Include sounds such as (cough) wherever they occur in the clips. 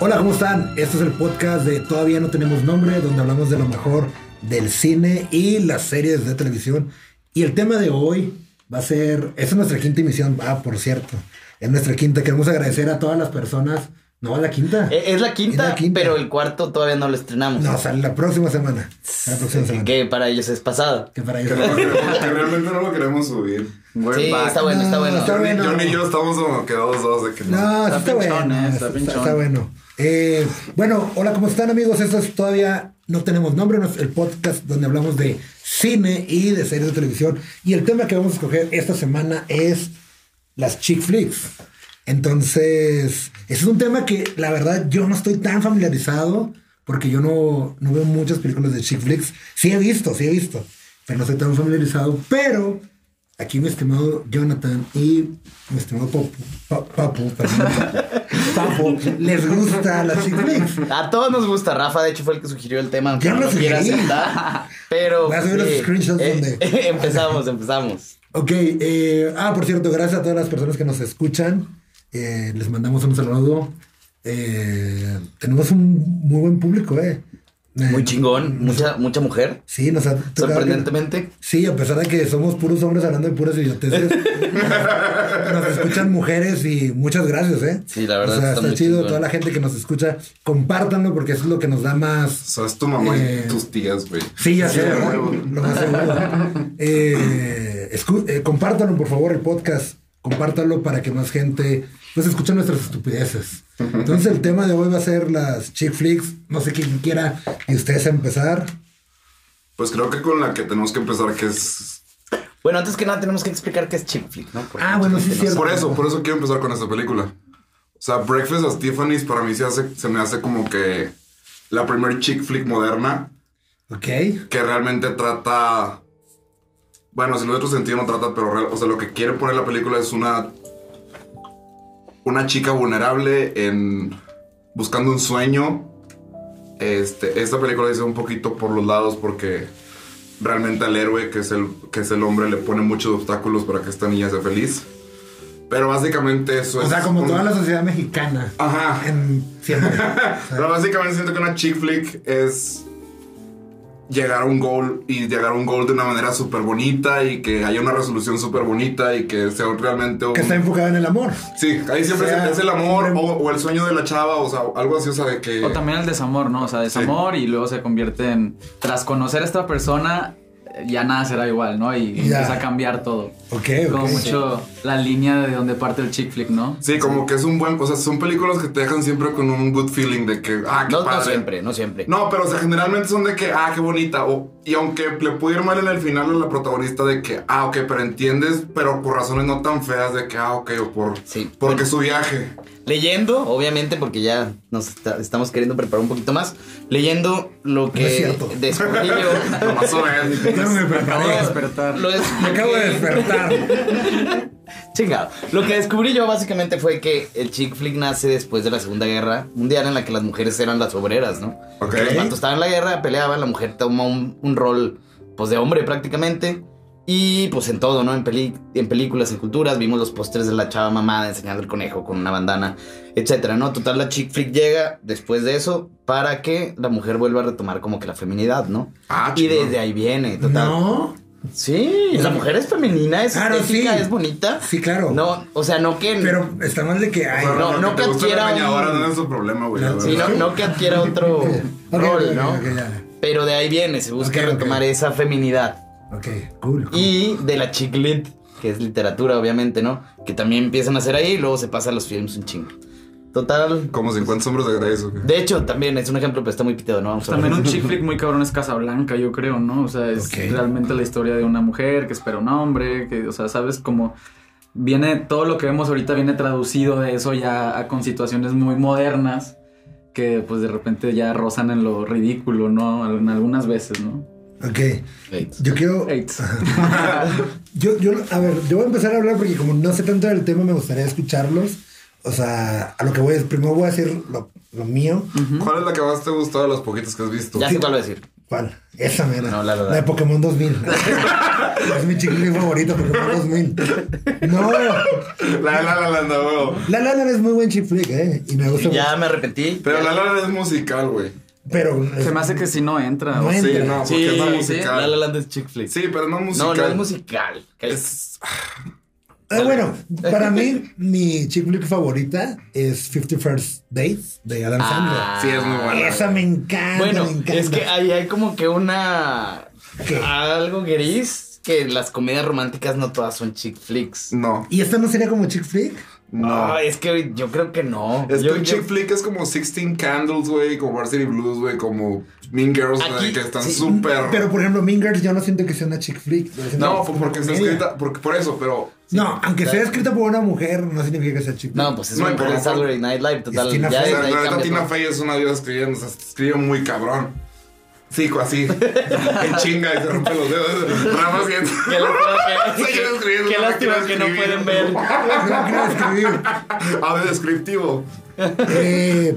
Hola, ¿cómo están? Este es el podcast de Todavía no tenemos nombre, donde hablamos de lo mejor del cine y las series de televisión. Y el tema de hoy va a ser, esta es nuestra quinta emisión, ah, por cierto, es nuestra quinta. Queremos agradecer a todas las personas. No, la quinta. E- Es la Es quinta, la quinta. pero el cuarto todavía no lo estrenamos. No, sale la próxima semana. La próxima semana. que para ellos es pasado. Que para Que ellos. realmente, que realmente no lo queremos subir. sí, está bueno, está No, bueno. está bueno. Johnny y yo estamos como quedados dos de que no. No, sí Está está, pinchón, bueno. eh, Está, está está pinchón. bueno. Eh, bueno, hola, ¿cómo están amigos? Esto es todavía no tenemos nombre, no es el podcast donde hablamos de cine y de series de televisión. Y el tema que vamos a escoger esta semana es las chick flicks. Entonces, ese es un tema que la verdad yo no estoy tan familiarizado porque yo no, no veo muchas películas de chick flicks. Sí he visto, sí he visto, pero no estoy tan familiarizado. Pero aquí mi estimado Jonathan y mi estimado Papu, Pa- Papu, perdón, Papu, les gusta las chick flicks. A todos nos gusta Rafa, de hecho fue el que sugirió el tema, aunque Ya no lo lo quiera sugerí. aceptar. Pero Voy a subir los screenshots eh, donde- empezamos, empezamos. Ok, eh, ah, por cierto, gracias a todas las personas que nos escuchan. Eh, les mandamos un saludo. Eh, tenemos un muy buen público, ¿eh? Eh, Muy chingón, mucha mucha mujer, Sí, nos ha tocado- sorprendentemente. Sí, a pesar de que somos puros hombres hablando de puras (laughs) idioteces, nos escuchan mujeres y muchas gracias, ¿eh? Sí, la verdad O sea, está está, muy chido chingón. toda la gente que nos escucha. Compártanlo porque eso es lo que nos da más. O sea, es tu mamá Eh, y tus tías, güey. Sí, ya sé, de ¿verdad? huevo. Lo más seguro. Eh, escu- eh, compártanlo, por favor, el podcast. Compártanlo para que más gente pues escuche nuestras estupideces. Entonces, el tema de hoy va a ser las chick flicks. No sé quién quiera y ustedes empezar. Pues creo que con la que tenemos que empezar, que es. Bueno, antes que nada tenemos que explicar qué es chick flick, ¿no? Porque Ah, bueno, sí, mucha gente cierto. Por eso, por eso quiero empezar con esta película. O sea, Breakfast at Tiffany's para mí se, hace, se me hace como que la primer chick flick moderna Ok. que realmente trata. Bueno, si en otro sentido no trata, pero real- o sea, lo que quiere poner la película es una. Una chica vulnerable en. buscando un sueño. Este, esta película dice un poquito por los lados porque realmente al héroe, que es el, que es el hombre, le pone muchos obstáculos para que esta niña sea feliz. Pero básicamente eso O es. sea, como un- toda la sociedad mexicana. Ajá. En siempre. Pero básicamente siento que una chick flick es llegar a un goal y llegar a un goal de una manera súper bonita y que haya una resolución súper bonita y que sea realmente un... que está enfocada en el amor. Sí, ahí siempre sea, se- es el amor siempre- o, o el sueño de la chava, o sea, algo así, o sea, de que... O también el desamor, ¿no? O sea, desamor y luego se convierte en. Tras conocer a esta persona, eh, ya nada será igual, ¿no? Y Ya. empieza a cambiar todo. Ok, Como ok. mucho la línea de donde parte el chick flick, ¿no? Sí, como que es un buen... O sea, son películas que te dejan siempre con un good feeling de que... Ah, qué No, no padre. siempre, no siempre. No, pero o sea, generalmente son de que, ah, qué bonita. o- y aunque le pudiera mal en el final a la protagonista de que, ah, ok, pero entiendes, pero por razones no tan feas de que, ah, ok, o por... Sí. Porque su viaje. Leyendo, obviamente, porque ya nos está- estamos queriendo preparar un poquito más. Leyendo lo que es cierto. descubrí yo. Más o Ya menos. me Acabo de preparé. despertar. Lo es- Me acabo de que- despertar. Chingado. Lo que descubrí yo básicamente fue que el chick flick nace después de la Segunda Guerra Mundial en la que las mujeres eran las obreras, ¿no? Ok. Los vatos estaban en la guerra, peleaban, la mujer toma un, un rol pues de hombre prácticamente. Y pues en todo, ¿no? En, peli en películas, en culturas, vimos los pósters de la chava mamada enseñando el conejo con una bandana, etcétera, ¿no? Total, la chick flick llega después de eso para que la mujer vuelva a retomar como que la feminidad, ¿no? Ah, y chingón. desde ahí viene, total. No. Sí, la mujer es femenina, es Claro, estética, sí. es bonita. Sí, claro. No, o sea, no que. Pero está mal de que hay. O (laughs) sea, No, lo no pues, te que gusta adquiera la un- bañadora no es su problema, güey. la No, sí, verdad. no, no que (laughs) adquiera otro rol, ¿no? Pero de ahí viene, se busca Ok, ok. retomar esa feminidad. Ok, cool. cool. Y de la chick lit, que es literatura, obviamente, ¿no? Que también empiezan a hacer ahí y luego se pasa a los films un chingo. Total. Como 50 sombras de Grey, eso, güey. De hecho, también es un ejemplo, pero está muy piteado, ¿no? Vamos a También ver. un chick flick muy cabrón es Casablanca, yo creo, ¿no? O sea, es Ok. realmente la historia de una mujer que espera un hombre, que, o sea, sabes como viene todo lo que vemos ahorita viene traducido de eso ya a, con situaciones muy modernas que pues de repente ya rozan en lo ridículo, ¿no? Al- En algunas (laughs) veces, ¿no? Ok. Ey. Yo quiero. Eights. (laughs) Yo, yo, a ver, yo voy a empezar a hablar porque como no sé tanto del tema, me gustaría escucharlos. O sea, a lo que voy es, primero voy a decir lo, lo mío. ¿Cuál es la que más te ha gustado de las poquitas que has visto? Ya sé cuál voy a decir. ¿Cuál? Esa mera. No, la verdad. de Pokémon (laughs) 2000. es mi chiquitín favorito, Pokémon 2000. No. La La La Land, a huevo. La Lana es muy buen chip flick, ¿eh? Y me gusta Ya mucho. me arrepentí. Pero La La Land es musical, güey. Pero. Se me hace que si no entra. No o sea, entra. Sí, no, porque Sí, es más sí, musical. La La Land es chick flick. Sí, pero no es no, musical. no es musical. Es- Eh, bueno, para (laughs) mí, mi chip flick favorita es 51 First Dates de Adam Ah, Sí, es muy buena. Sandler. Esa me encanta. Bueno, me encanta. es que ah, ahí hay como que una. ¿Qué? Algo gris. Que las comedias románticas no todas son chick flicks. No, ¿Y esta no sería como chick flick? no. Ah, es que yo creo que no. Es que Yo- un yo- chick flick es como 16 Candles, güey, como Varsity Blues, güey, como Mean Girls, güey, Aquí, que están sí, súper... Pero por ejemplo, Mingers, yo no siento que sea una chick flick. Yo siento que No, es por- una porque está comedia. escrita... Porque, por eso, pero... No, aunque sea escrita por una mujer, no significa que sea chick flick. No, pues es No, muy y por por lo el mejor- Saturday Night Live, total. Es Tina ya Fey. desde o sea, ahí la neta, cambia Tina todo. Fey es una diosa escribiendo, o sea, escribe muy cabrón. Sí, co- (laughs) así. En chinga y se rompe los dedos. Rafa siente... Qué (laughs) lástima (laughs) que- Sí, yo escribiendo, qué no me lástima quiero que no escribir. pueden ver. (laughs) Ah, No quiero escribir. Hable descriptivo. Eh,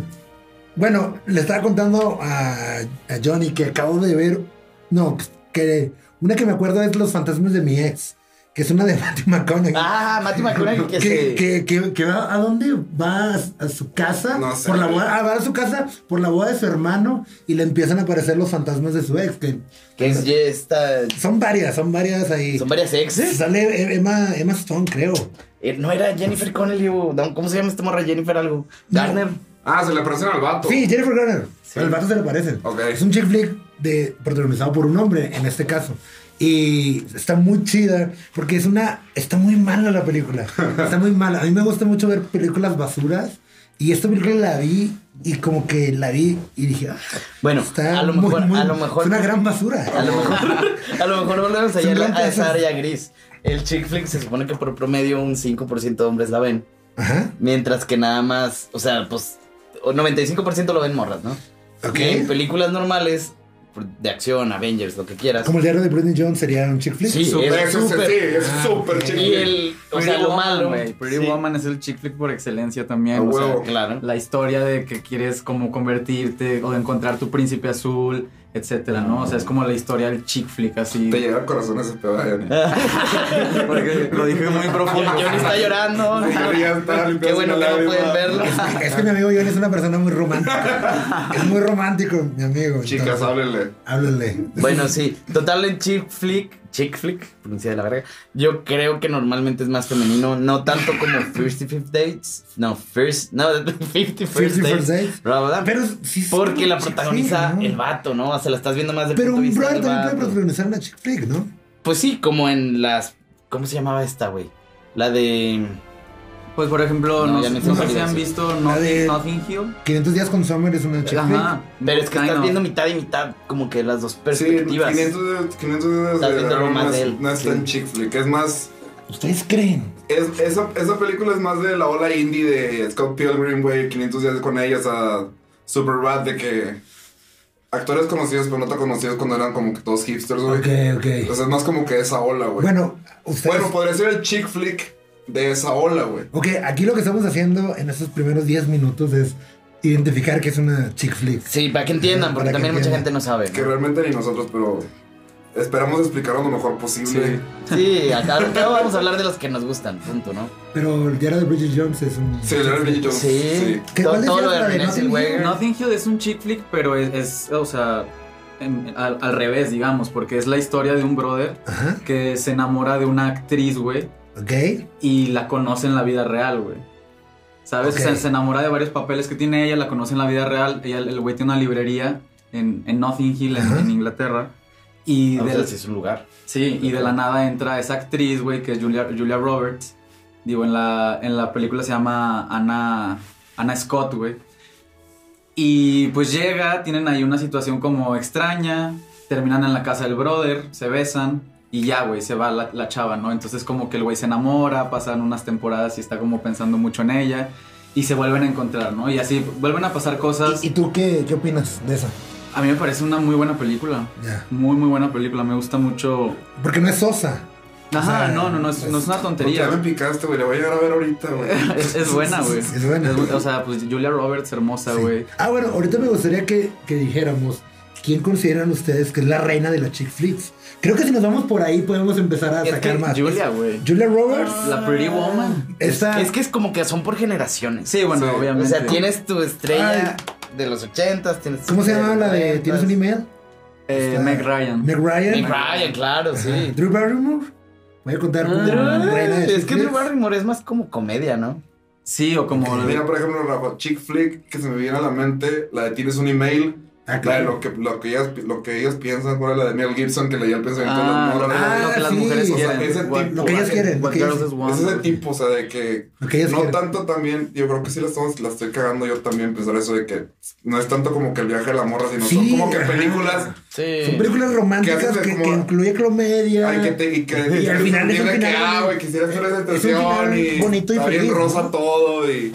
bueno, le estaba contando a, a Johnny que acabo de ver. No, que una que me acuerdo es Los fantasmas de mi ex, que es una de (laughs) Matthew McConaughey. Ah, Matty McConaughey que que, se. que, que, que va a dónde va a, a su casa No sé. por la boda, ah, va a su casa por la boda de su hermano y le empiezan a aparecer los fantasmas de su ex que que es ya esta. son varias son varias ahí Son varias exes. sale E- Emma Emma Stone creo Eh, No era Jennifer Connelly o. no, ¿Cómo se llama esta morra? Jennifer algo. Garner. Ah, se le aparecen al vato. sí Jennifer Garner Sí. el vato se le parece Ok. es un chick flick de protagonizado por un hombre en este caso y está muy chida porque es una está muy mala la (laughs) película está muy mala a mí me gusta mucho ver películas basuras y esta película la vi y como que la vi y dije "Ah, Bueno, Está a lo muy, mejor. muy- a lo mejor. Es una gran basura. (laughs) A lo mejor, a lo mejor volvemos a, hallar Simplemente a esa eso. área gris. El chick flick se supone que por promedio un 5% de hombres la ven. Ajá. Mientras que nada más, o sea, pues o 95% lo ven morras, ¿no? Ok. Y en películas normales, por- de acción, Avengers, lo que quieras. Como el diario de Britney Jones sería un chick flick. Sí, Súper, es eso sí, súper. Ah, es súper chick Y flick. el, o Pretty sea, lo Woman, malo. güey. Pretty sí, Woman es el chick flick por excelencia también. A o sea, huevo. Claro. la historia de que quieres como convertirte o de encontrar tu príncipe azul, etcétera, ¿no? O sea, es como la historia del chick flick así. Te llega al corazón ese pedo, Dani. (laughs) (laughs) Porque lo dije muy profundo. Johnny (laughs) está llorando. Sí, ya está, Qué limpias bueno que una no pueden lágrima. verlo. (laughs) (laughs) Es que mi amigo John es una persona muy romántica. es muy romántico, mi amigo. Chicas, Entonces, háblenle. Háblale. (laughs) Bueno, sí. Total, en chick flick, chick flick, pronunciada de la verga. Yo creo que normalmente es más femenino, no tanto como First Fifth Dates. No, First, no, (laughs) Fifty Fifty First First Dates. Dates. Ah, ¿verdad? Pero sí. es Porque un la chick protagoniza flick, ¿no? el vato, ¿no? O sea, la estás viendo más del Pero punto de un vista brother del también puede vato. protagonizar una chick flick, ¿no? Pues sí, como en las. ¿Cómo se llamaba esta, güey? La de. Pues por ejemplo, No, no, ya me sé- hizo no sé si salido, han sí. visto La Nothing, de- Nothing Hill. 500 días con Summer es una chick Ajá. flick. Pero es que Kind estás of. viendo mitad y mitad, como que las dos Sí, perspectivas. 500 de- 500 de- Estás de- viendo no lo más es- de él. No es tan chick flick, es más... ¿Ustedes creen? es- esa, esa película es más de la ola indie de Scott Pilgrim, güey, 500 días con ellas a Superbad, de que actores conocidos pero no tan conocidos cuando eran como que todos hipsters, güey. Ok, ok. Entonces es más como que esa ola, güey. Bueno, ustedes. Bueno, pues- podría ser el chick flick de esa ola, güey. ok, aquí lo que estamos haciendo en estos primeros 10 minutos es identificar que es una chick flick. Sí, para que Para entiendan, porque que también mucha gente entiendan. no sabe. Que ¿no? realmente ni nosotros, pero esperamos explicarlo lo mejor posible. Sí. Sí, acá, acá vamos a hablar de las que nos gustan, punto, ¿no? Pero el diario de Bridget Jones es un. Sí, era el brillo. Sí. ¿Qué- Todo, cuál todo decías, lo de la de René Notting Zellweger. Hill? Nothing Hill es un chick flick, pero es, es, o sea, en- al, al revés, digamos, porque es la historia de un brother Ajá. que se enamora de una actriz, güey, Ok. y la conoce en la vida real, güey. ¿Sabes? O sea, Ok. se enamora de varios papeles que tiene ella, la conoce en la vida real. Ella, el güey tiene una librería en, en Nothing Hill, en, Ajá. en Inglaterra. Y Ah, O de, sea, sí es un lugar. Sí, y de la nada entra esa actriz, güey, que es Julia, Julia Roberts. Digo, en la, en la película se llama Ana, Ana Scott, güey. Y pues llega, tienen ahí una situación como extraña, terminan en la casa del brother, se besan y ya, güey, se va la, la chava, ¿no? Entonces como que el güey se enamora, pasan unas temporadas y está como pensando mucho en ella y se vuelven a encontrar, ¿no? Y así vuelven a pasar cosas. ¿Y, y tú qué, qué opinas de esa? A mí me parece una muy buena película. Ya. Muy, muy buena película, me gusta mucho Porque no es sosa. Ajá, O sea, no, no, no es, no es una Porque ya tontería. me picaste, güey. Le voy a llegar a ver ahorita, güey. (laughs) (laughs) Es, es buena, güey. Es buena. bu- o sea, pues Julia Roberts, hermosa, Sí. güey. Ah, bueno, ahorita me gustaría que, que dijéramos quién consideran ustedes que es la reina de las chick flicks? Creo que si nos vamos por ahí podemos empezar a Es sacar que más. Julia, güey. Julia Roberts. La Pretty Woman. Esa- Es que es como que son por generaciones. Sí, bueno, Sí. O obviamente. sea, tienes tu estrella de los ochentas, tienes... tu ¿Cómo se estrella llamaba la de los ¿Tienes un email? Eh, Está- Meg Ryan. Meg Ryan. Nick Ryan, claro, sí. Drew Barrymore. Voy a contar como Ah, reina de Es chick que Drew flicks. Barrymore es más como comedia, ¿no? Sí, o como. Mira, por ejemplo, Rafa, chick flick que se me viene a la mente, la de tienes un email, Ah, la de claro. lo que, lo que, ellas, lo que ellas piensan, ¿cuál es la de Mel Gibson que leía el pensamiento Ah, de lo, las morras? ah, lo que las sí. mujeres O sea, quieren. ese What- tipo- Lo que ellas quieren, lo What que girls ellas- Es is ese one. tipo, o sea, de que Lo que ellas no quieren. tanto también, yo creo que sí la, estamos, la estoy cagando yo también pensar eso de que no es tanto como que el viaje de la morra, sino son Sí, como que ajá. películas Sí. Son películas románticas haces que, como- que incluye comedia. Ay, que te, y, que, Y al final es un de que, final- ah, güey, quisiera hacer esa es un estación final y bonito y está bien feliz, rosa ¿no? todo y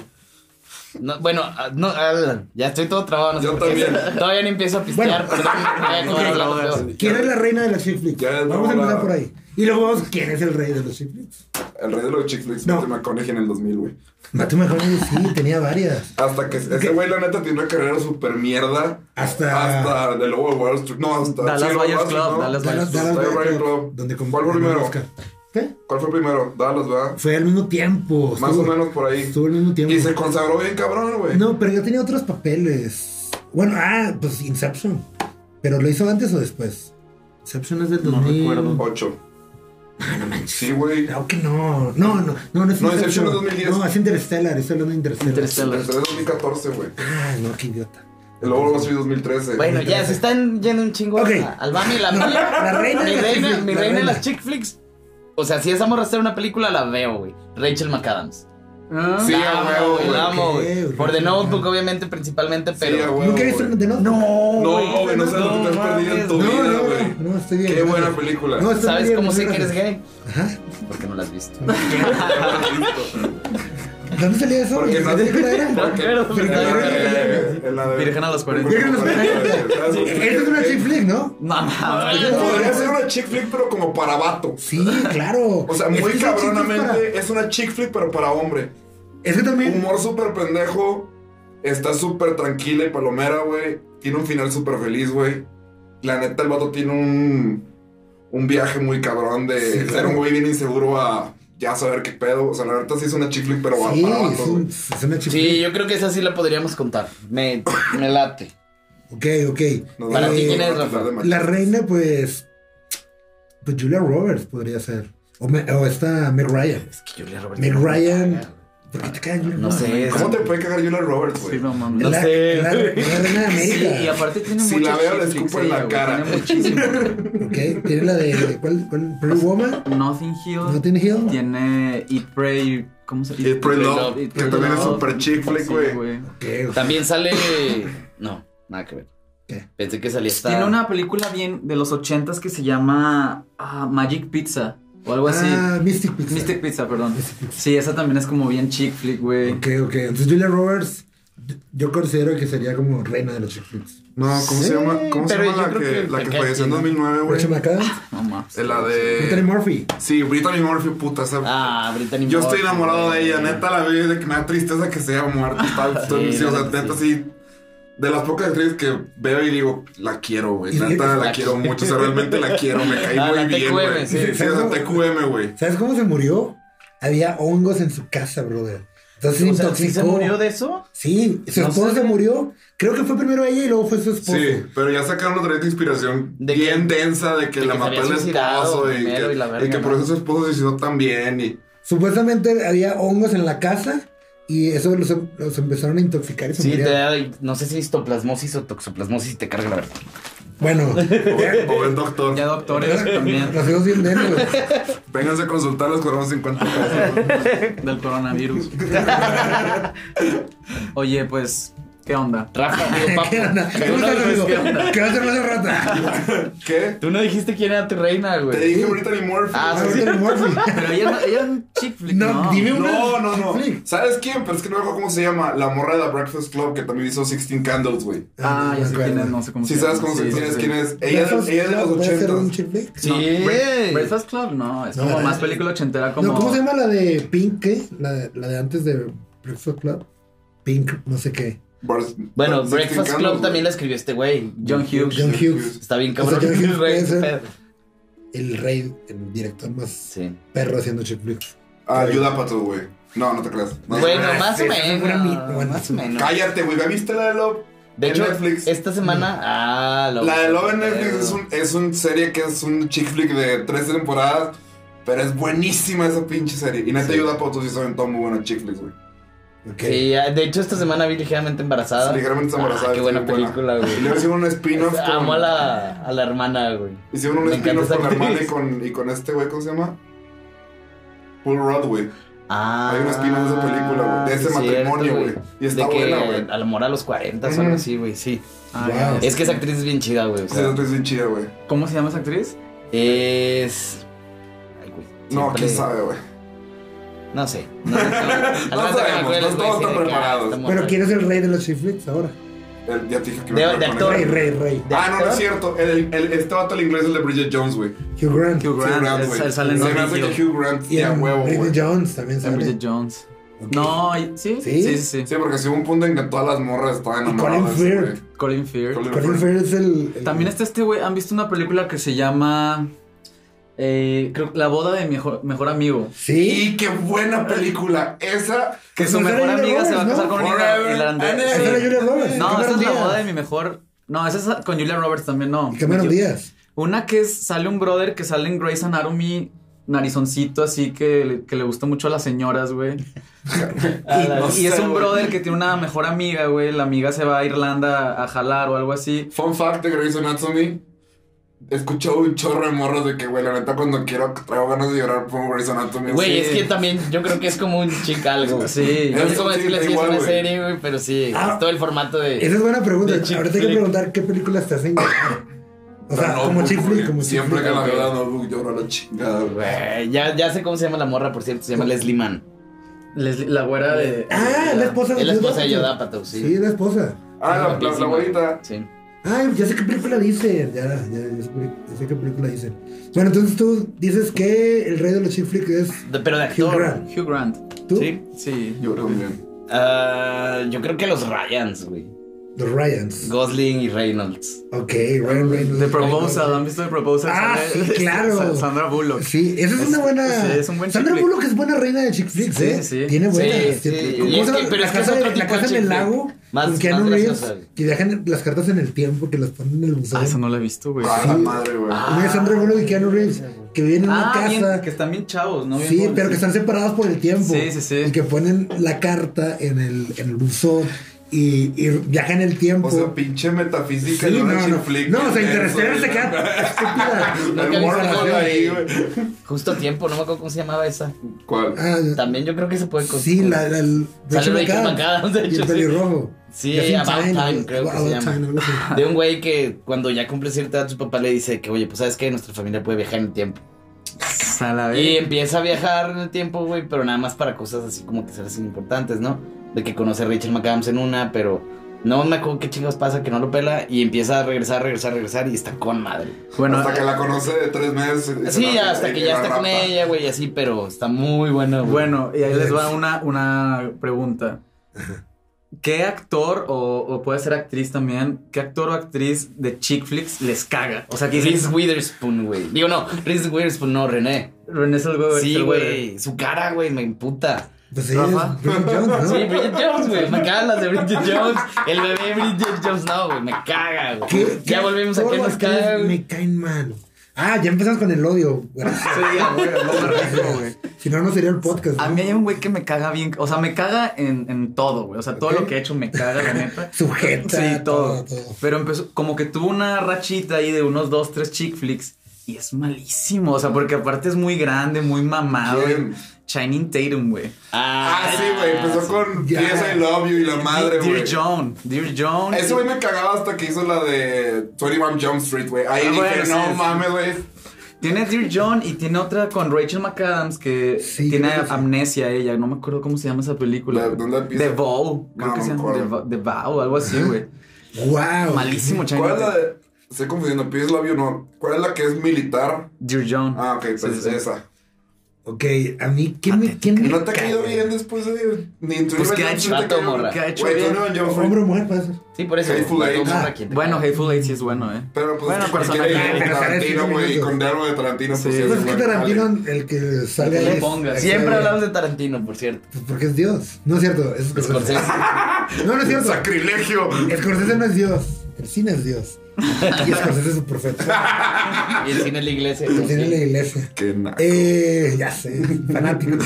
No, bueno, ah, no, Alan, ya estoy todo trabado. No sé Yo por qué. también. Todavía no empiezo a pistear, Bueno. perdón. (laughs) voy a comer Ok. la feo. ¿Quién es la reina de las chick flicks? Ya, no, Vamos a empezar la- por ahí. Y luego vamos, ¿quién es el rey de los chick flicks? el rey de los chick flicks, No. Matthew McConaughey en el 2000, güey. Matthew McConaughey sí, tenía varias. Hasta que ese güey, la neta, tiene una carrera súper mierda. Hasta- Hasta de Lobo de Wall Street. No, hasta. Dallas Lobo de Buyers Wall Street, Club, ¿no? Dallas, Dallas- Dallas Dallas Buyers Buyers Club, Club. donde ¿Cuál ganó fue primero? el Oscar. ¿Qué? ¿Cuál fue primero? Dallas, ¿verdad? Fue al mismo tiempo. Más o estuvo- menos por ahí. Estuvo al mismo tiempo. Y se consagró bien cabrón, güey. No, pero yo tenía otros papeles. Bueno, ah, pues Inception. ¿Pero lo hizo antes o después? Inception es del No 2000. recuerdo. Ocho. Ah, Sí, güey. Claro que no. No, no, no, no es No, Inception es 2010. No, es Interstellar. Estoy hablando de Interstellar. Interstellar. Empezó en 2014, güey. Ah, no, qué idiota. El Lobo de Wall Street 2013. Bueno, ya se están yendo un chingo Ok. a- al Bami y la No, mía. la reina de las mi reina, chick flicks, mi la reina de reina. las chick flicks. O sea, si esa morra hacer una película, la veo, güey. Rachel McAdams. Ah, Sí, la a amo, huevo, güey, güey. La amo, güey. Ok, Por The Rachel Notebook, McAdams. obviamente, principalmente, Sí, a pero. huevo, ¿Nunca viste güey. una de no? No, güey, no sé lo que te has no perdido en tu mames, No, vida, no, güey. (laughs) no, estoy bien. Qué buena película. No, está ¿Sabes bien, cómo no, sé no, que eres no. gay? Ajá. Porque no la has visto. (laughs) ¿Dónde salía eso? Porque güey? no- ¿De qué era? No, pero- Pero- Virgen a los 40. Virgen a los 40. Esta es una chick flick, ¿no? No mames. Podría ser una chick flick, pero como para vato. (laughs) Sí, claro. O sea, Es muy que esa chick flick cabronamente es una chick flick, pero para hombre. para- Es que también. Humor súper pendejo. Está súper tranquila y palomera, güey. Tiene un final súper feliz, güey. La neta, el vato tiene un, un viaje muy cabrón de Sí, ser claro. un güey bien inseguro a ya saber qué pedo. O sea, la neta sí es una chick flick, pero Sí, para es, vato, güey. un- es una chick Sí, flick. yo creo que esa sí la podríamos contar. Me, me late. Ok, ok. Nos Para van a- ti, Eh, ¿quién es, nos van a tratar de Rafa? macho. La reina, pues. Pues Julia Roberts podría ser. O, me- o esta Meg Ryan. Es que Julia Roberts. Meg no me Ryan. caga. ¿Por qué te cae Julia No Roberts? sé. ¿Cómo te puede cagar Julia Roberts, Sí, güey? no Es mames. No la, sé. es la, es la reina de Sí, América. y aparte tiene Si muchas la veo, le chick flicks escupo en ella, la güey, cara. Tiene muchísimo. Ok, tiene la de. ¿Cuál? ¿Cuál? Pretty Woman. Nothing Hill. Notting Hill. Tiene Eat Pray. ¿Cómo se Eat, Pray, Love, Eat, que Pray, también es Love. súper chick flick, Sí, güey. Ok, ok. También sale. No, nada que ver. ¿Qué? Pensé que salía esta. Tiene una película bien de los ochentas que se llama ah, Magic Pizza o algo así. Ah, Mystic Pizza. Mystic Pizza, perdón. Mystic Pizza. Sí, esa también es como bien chick flick, güey. Ok, ok. Entonces Julia Roberts, yo considero que sería como reina de los chick flicks. No, ¿cómo Sí, se llama? ¿Cómo se pero llama yo la creo que, que la te que cae falleció en bien. 2009, güey? Rachel McAdams, Ah, No mames. Es la eh. Brittany de... Murphy. Sí, Brittany Murphy, puta, esa... Ah, Brittany Yo estoy Murphy, enamorado de güey. ella, neta la vi de que me da tristeza que sea muerta. Está, estoy- Sí, sí, o sea, la neta, neta sí. sí. De las pocas actrices que veo y digo, la quiero, güey. Y- Neta, la la quiero mucho. O sea, realmente la quiero. Me caí (laughs) Ah, la muy bien, TQM, güey. sí. Sí, o sea, TQM, güey. ¿Sabes cómo se murió? Había hongos en su casa, brother. Entonces se O sea, intoxicó. ¿sí se murió de eso? Sí, su No esposo sé. se murió. Creo que fue primero ella y luego fue su esposo. Sí, pero ya sacaron otra vez de inspiración Pues, De bien que- densa de que de la que se mató había el suicidado esposo y primero que, y la verga, y que por ¿no? eso su esposo se hizo tan bien. Y, Supuestamente había hongos en la casa y eso los, los empezaron a intoxicar y se Sí, te murieron. da, no sé si histoplasmosis o toxoplasmosis te carga la verdad. (laughs) Bueno, (laughs) o, o el doctor. Ya doctores también los hijos bien negros. güey. Vénganse a consultar los 450 pesos. (laughs) del coronavirus. Oye, pues, ¿qué onda? Rafa, digo, papo, ¿Qué onda? tú ¿Cómo no estás, dijiste- amigo? ¿Qué vas a hacer más de rata? ¿Qué? Tú no dijiste quién era tu reina, Te güey. dije Brittany Murphy. Ah, Ah, Brittany Murphy. Pero ella, no- ella es un chick flick, No, ¿no? dime una- No, no, no. Netflix. ¿Sabes quién? Pero es que no me acuerdo cómo se llama. La morra de The Breakfast Club que también hizo 16 Candles, güey. Ah, ya sé quién es, acuerdo. no sé cómo Si se llama. sabes cómo se Sí, quién sí, es, sí. quién es. Ella es ¿Breakfast ella es de los Club puede ser un 80. chick flick? Sí. Bre- Breakfast Club, no, es No, como ¿verdad? más película ochentera como... No, ¿cómo se llama la de Pink? eh? La, la de antes de Breakfast Club. Pink, no sé qué. Bueno, Breakfast Club también la escribió este güey. John Hughes. John Hughes. Está bien O sea, cabrón. John (laughs) Hughes Re- puede ser- pedo. El rey, el director más Sí. perro haciendo chick flicks. Ah, Ayuda, pato, güey. No, no te creas. No, Bueno, Ah, más o sí, esa fue una mi- menos. bueno. Más o menos. Cállate, güey. ¿Ya viste la de Love? De en hecho, Netflix. esta semana. Ah, La de Love en pero- Netflix es un, es un serie que es un chick flick de tres temporadas, pero es buenísima esa pinche serie. Y neta Sí. ayuda Pato si saben todo muy buenos chick flicks, güey. Ok. Sí, ah, de hecho, esta semana vi ligeramente embarazada. Ligeramente embarazada. Ah, qué es buena muy película, Y luego güey. hicieron un spin-off (laughs) Amo a con... la, a la hermana, güey. Hicieron un Me encanta spin-off esa con la hermana y actriz. con, y con este güey, ¿cómo se llama? Paul Rudd, güey. Ah, Hay un spin-off de esa película, güey, de ese sí, matrimonio, cierto, güey. Y está de que buena, güey. al amor a los 40 o algo Ujú. así, güey, sí. Ah, Wow. ya, ya. Es que esa actriz es bien chida, güey. o Esa sea, actriz es bien chida, güey. ¿Cómo se llama esa actriz? es. Ay, güey. No, siempre- quién sabe, güey. No (laughs) sé. No, sé. Al No rato que me sabemos, acuerdes, no güey, sí, todos están de que, ah, preparados. esta morra. Pero ¿quién es el rey de los chick flicks ahora? El- Ya te dije que De- iba a de poner- actor. Rey, rey, rey. De Ah, no, no actor. es cierto. El, el, este vato, el inglés, es el de Bridget Jones, güey. Hugh Grant. Hugh Hugh Grant, Grant, es- güey. él sale en Se me Don hace que Vito. Hugh Grant Y ya en huevo, güey. Bridget Jones también Es sale. Bridget Jones. Ok. No, y- ¿Sí? sí, sí, sí, sí. Sí, porque si hubo un punto en que todas las morras estaban Y enamoradas. Colin Firth. güey. Colin Firth. Colin Colin Firth. Firth es el, el- También está este güey. ¿Han visto una película que se llama. eh, creo La boda de mi mejor, mejor amigo? Sí. Y qué buena película. Esa. Que Pues su no sale mejor Julia amiga se va a Roberts, casar ¿no? con un Forever irlandés. and Esa sí. era Julia Roberts. No, esa Cameron es la Díaz. boda de mi mejor. No, esa es con Julia Roberts también, no. Y Cameron Díaz. Una que es- sale un brother que sale en Grey's Anatomy, narizoncito, así que, le- que le gusta mucho a las (laughs) señoras, güey. Ah, Y, la- y no es sé, un güey. brother que tiene una mejor amiga, güey. La amiga se va a Irlanda a jalar o algo así. Fun fact de Grey's Anatomy. Escuchó un chorro de morros de que, güey, la neta, cuando quiero, traigo ganas de llorar, pongo Grey's Anatomy. Güey, Sí. es que también yo creo que es como un chic algo. güey. Sí. No es como Sí, decirle da si es igual, una güey. serie, güey, pero sí. Ah. es todo el formato de. Esa es buena pregunta. De chick Ahorita hay que flick. preguntar qué películas te hacen llorar. O sea, La como Notebook, chick flick, güey. como chick Siempre flick. que la veo la notebook lloro a la chingada, güey. Güey, ya, ya sé cómo se llama la morra, por cierto. Se llama Leslie Mann. Leslie- la güera de. Ah, de- la esposa de Es la esposa de Judd Apatow. Yodapato, sí. Sí, es la esposa. Ah, la, la, la Guapísima. güerita. Sí. Ay, ya sé qué película dice. Ya, ya, ya sé, ya sé qué película dice. Bueno, entonces tú dices que el rey de los chick flick es De- pero de Hugh actor. Grant. Hugh Grant. ¿Tú? Sí. Sí. Yo también. Ah, yo creo que los Ryans, güey. Los Ryans. Gosling y Reynolds. Ok, Ryan Reynolds. The Proposal, ¿han visto The Proposal? Ah, (laughs) Sale- este, sí, claro. Sa- Sandra Bullock. Sí, esa es, Es- una buena. sí, es un buen Sandra chick flick. Bullock es buena reina de chick flicks, Sí, ¿eh? sí, sí. Tiene buenas. Sí, chick sí, flicks. y ¿Cómo es se que- llama? pero la es que es casa, otro de- la tipo de casa en chick el flick. lago. Más- con Keanu más Reeves, graciosa. que dejan las cartas en el tiempo, que las ponen en el museo. Ah, esa no la he visto, güey. A la madre, güey. Ah, Una de Sandra Bullock y Keanu Reeves, que viven en una Ah, bien, casa. que están bien chavos, ¿no? Bien Sí, jóvenes. pero que están separados por el tiempo. Sí, sí, sí. Y que ponen la carta en el, en el buzo y, y viajan el tiempo. O sea, pinche metafísica. Sí, de una no, chick no. flick, No, o sea, eso, Interestelar güey. se (laughs) queda estúpida. Nunca El vi esa morro novela. ahí, güey. Justo a tiempo, no me acuerdo cómo se llamaba esa. (laughs) ¿Cuál? Ah, También yo creo que se puede con- Sí, la, la, el Sale Rachel Rachel McAdams, de y hecho, el sí. pelirrojo. Sí, Y así About Time, algo- creo que About se llama. Time, algo así. De un güey que cuando ya cumple cierta edad, su papá le dice que, oye, pues sabes que nuestra familia puede viajar en el tiempo. A la Y vez. empieza a viajar en el tiempo, güey, pero nada más para cosas así como que se le hacen importantes, ¿no? De que conoce a Rachel McAdams en una, pero no me acuerdo qué chingados pasa que no lo pela y empieza a regresar, regresar, regresar y está con madre. Bueno, hasta que la conoce de tres meses. y se Sí, la- hasta y que ya la está con rapta. ella, güey, y así, pero está muy bueno, güey. bueno, y ahí les va una, una pregunta. ¿Qué actor o, o puede ser actriz también? ¿Qué actor o actriz de chick flicks les caga? O sea, que Reese dices Witherspoon, güey. Digo, no, Reese Witherspoon, no, René. René Zellweger. Sí, Zellweger. güey, su cara, güey, me imputa. Pues sí, Rafa. es Bridget Jones, (laughs) ¿no? Sí, Bridget Jones, güey. Me cagan las de Bridget Jones. El bebé Bridget Jones, no, güey. Me caga, güey. ¿Qué- Ya qué volvemos a que actor o nos actriz caga, güey. Me caen mal. Ah, ya empezamos con el odio. Gracias. Sí, ya, güey, no me arreglo, (laughs) güey. Si no, no sería el podcast. A ¿no? mí hay un güey que me caga bien. O sea, me caga en, en todo, güey. O sea, todo Ok. lo que he hecho me caga, (laughs) la neta. Sujeta, Sí, todo, todo. todo. Pero empezó, como que tuvo una rachita ahí de unos dos, tres chick flicks. Y es malísimo. O sea, porque aparte es muy grande, muy mamado. ¿Quién? Shining Tatum, güey. Ah, sí, güey. Empezó con Ya. Yes, I Love You y la madre, Dear güey. John. Dear John. Ese güey me cagaba hasta que hizo la de 21 Jump Street, güey. Ahí Ah, dije, bueno, sí, no sí. mames, güey. Tiene Dear John y tiene otra con Rachel McAdams que Sí, tiene creo que sí. amnesia ella. No me acuerdo cómo se llama esa película. La- ¿dónde empieza? The Vow. Creo No, que se no me llama The acuerdo. Vow- The Vow, algo (laughs) así, güey. Wow. Malísimo, China. ¿Cuál es la de.? Estoy confundiendo, Peace Love You, no. ¿Cuál es la que es militar? Dear John. Ah, ok, pues Sí, sí, sí. esa. Ok, a mí, ¿quién me, quién me ¿No te ha cae? caído bien después de. Ni en tu Pues, Iván ¿qué ha Johnson hecho? te Vato, cayó- morra. ¿Qué ha hecho Güey, bien? tú no, yo fui- Hombre o mujer, pues. pasa. Sí, por eso. Hateful la Eight. tomo Ah, a quien te- Bueno, Hateful Eight sí es bueno, ¿eh? Pero pues Bueno, bueno, cualquiera personaje. de Pero Tarantino, parece güey, y minutos. con de algo de Tarantino, Sí. pues sí, Pues es güey, que vale. Tarantino, el que sale Lo ahí. es- pongas. Siempre es- hablamos de Tarantino, por cierto. Pues porque es Dios. No es cierto. Es Scorsese. Scorsese. No, no es cierto. Sacrilegio. Scorsese no es Dios. El cine es Dios. Y Scorsese es su profeta. Y el cine es la iglesia. El cine es la iglesia. Qué naco. Eh, ya sé. Fanático.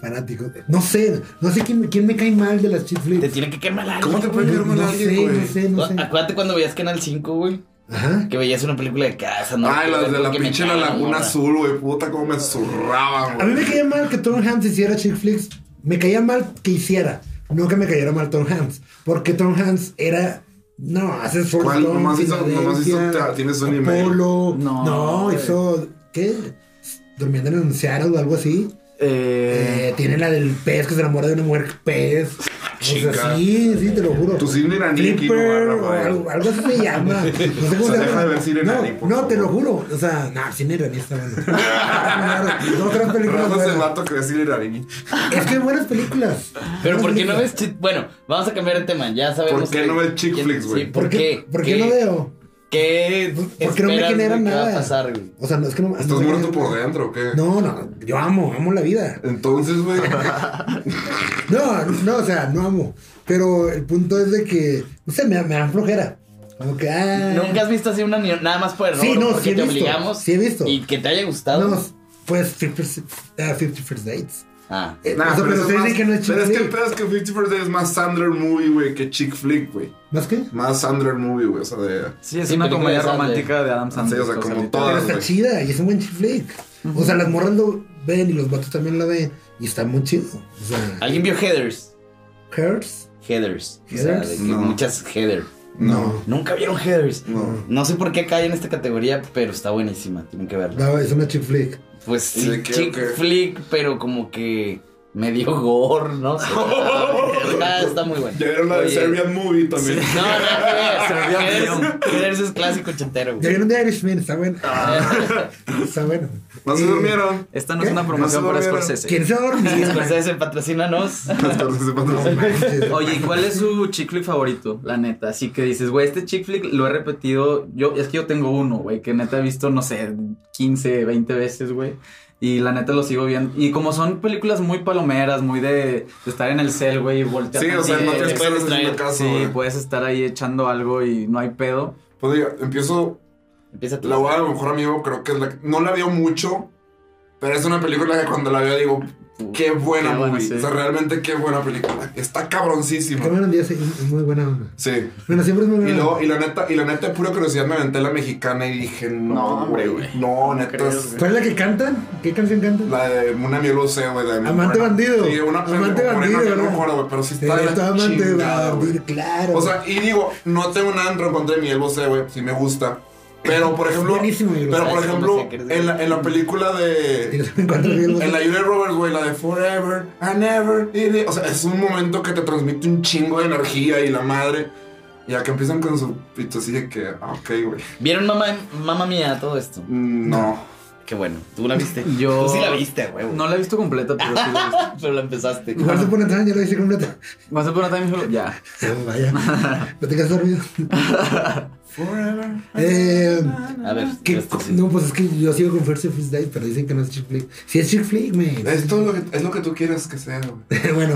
Fanático. No sé. No sé quién, quién me cae mal de las chick Te flicks. tiene que quemar la ¿Cómo te puede caer mal No alguien, sé, güey? no sé, no sé. Acuérdate cuando veías Canal 5, güey. Ajá. Que veías una película de casa, ¿no? Ay, Ah, las de la Que me pinche La caga, Laguna morra. Azul, güey. Puta, cómo me zurraban, A mí güey. me caía mal que Tom Hanks hiciera chick flicks. Me caía mal que hiciera. No que me cayera mal Tom Hanks. Porque Tom Hanks era. No, hace Forrest ¿Cuál? Gump, Nomás hizo- Filadelfia, nomás hizo Te- Tienes un email. Apolo. No, No, güey. hizo. ¿Qué? Durmiendo en Seattle o algo así. Eh, Eh, tiene la del pez que se enamora de una mujer pez. O sea, Chinga. sí, sí, te lo juro. Tu cine iraní, Kino Flipper, Barra, o vaya. algo, algo así se (laughs) llama. No sé cómo O sea, se deja llama. de ver cine no, iraní, por no, te lo favor. juro. O sea, nah, cine iraní está bueno. (laughs) Claro, dos, tres películas. Rafa se buenas. mato crecí en Arañi. Es que hay buenas películas. Pero Buenas ¿por qué no películas. ves chi- Bueno, vamos a cambiar de tema. Ya sabemos. ¿Por qué que- no ves chick quién- flicks, güey? sí, ¿Por qué, ¿por qué no veo? ¿Qué Porque no me esperas, genera güey, que nada. va a pasar, güey? O sea, no es que no. no ¿Estás me muerto genera- por dentro o qué? No, no, yo amo, amo la vida. Entonces, (laughs) güey. No, no, o sea, no amo. Pero el punto es de que, no sé, me, me dan flojera. Como que, ah. Nunca has visto así una ni- nada más por error. Sí, no, porque sí he te visto, obligamos. sí he visto. Y que te haya gustado. No, pues 50, First- ah, 50 First Dates. Ah. Eh, Nah, o sea, pero eso ustedes dicen que no es chick Pero es que el flick. pedo es que 50 First Days es más Sandler movie, güey, que chick flick, güey. ¿Más qué? Más Sandler movie, güey. O sea, de. sí, es sí, una película comedia de Sandler. romántica de Adam Sandler. Sí, o sea, como literal. Pero todas. está güey. chida y es un buen chick flick. O sea, las morras lo ven y los vatos también la ven. Y está muy chido. O sea, ¿Alguien vio Heathers? Hearts. Heathers. O sea, ¿Heathers? de que No. muchas Heather. No. Nunca vieron Heathers. Mm. No. No sé por qué cae en esta categoría, pero está buenísima. Tienen que verla. No, es una chick flick. Pues sí, ¿De qué, chick o qué? flick, pero como que medio gore, (laughs) ¿no? (laughs) sé. está, está muy buena. Ya vieron la de Oye, Serbian movie también. No, no, no. Serbian Heathers- Heathers es clásico ochentero, Ya güey. vieron de Irishman, está bueno. Ah. (laughs) Está bueno. No se Eh, (laughs) durmieron. (laughs) Esta no ¿Qué? es una promoción No se para volvieron. Scorsese. ¿Quién se va a dormir? Scorsese, eh, patrocínanos. Entonces, cuando- Manches. Oye, ¿y ¿cuál es su chick flick favorito? La neta. Así que dices, güey, este chick flick lo he repetido. Yo, es que yo tengo uno, güey, que neta he visto, no sé, 15, 20 veces, güey. Y la neta lo sigo viendo. Y como son películas muy palomeras, muy de, de estar en el cel, güey, y voltear. Sí, o sea, Sí, no tienes te que puedes estar haciendo distraer. caso, Sí, pues. güey. puedes estar ahí echando algo y no hay pedo. Pues diga, empiezo Empieza tú. La boda de mi mejor amigo creo que es la... No la veo mucho, pero es una película que cuando la veo digo, qué buena Qué buena, movie. sí. O sea, realmente qué buena película. Está cabroncísima. Cameron Díaz es es muy buena onda. Sí. Bueno, siempre es muy Y buena luego, onda. y la neta, y la neta, de pura curiosidad, me aventé la mexicana y dije, No, no, hombre, güey. güey. No, No neta, creo, es güey. ¿Cuál es la que cantan? ¿Qué canción cantan? la de una miel sé, güey. de- Amante bueno, bandido. Sí, una Amante bueno, bandido, no me ¿verdad? acuerdo, güey, pero sí está de la Eres tu Este, amante chingada, güey. bandido, claro. (laughs) O sea, y digo, no tengo nada en contra de Miguel Bosé, güey, si me gusta. Pero, por ejemplo, Buenísimo, Miguel pero Bosé. por Es como ejemplo, sé que eres en la, en la película Y de... los encuentro bien. En la Julia Roberts, güey, la de Forever and Ever. y de- O sea, es un momento que te transmite un chingo de energía y la madre. Y acá empiezan con su pito así de que, ah, ok, güey. ¿Vieron mamá, mamá mía todo esto? Mm, No. Qué bueno. ¿Tú la viste? Yo. Tú sí la viste, güey. No la he visto completa, pero sí la he visto. (laughs) Pero la empezaste. Igual se pone atrás, ya lo hice completo. (laughs) ¿Vas a poner también solo? Ya. Oh, vaya. No te quedas dormido. Forever. Eh, A ver. ¿qué- este sí. no, pues es que yo sigo con First of His Day, pero dicen que no es chick flick. Sí es chick flick, man. Es todo lo que, es lo que tú quieres que sea, (laughs) güey. bueno,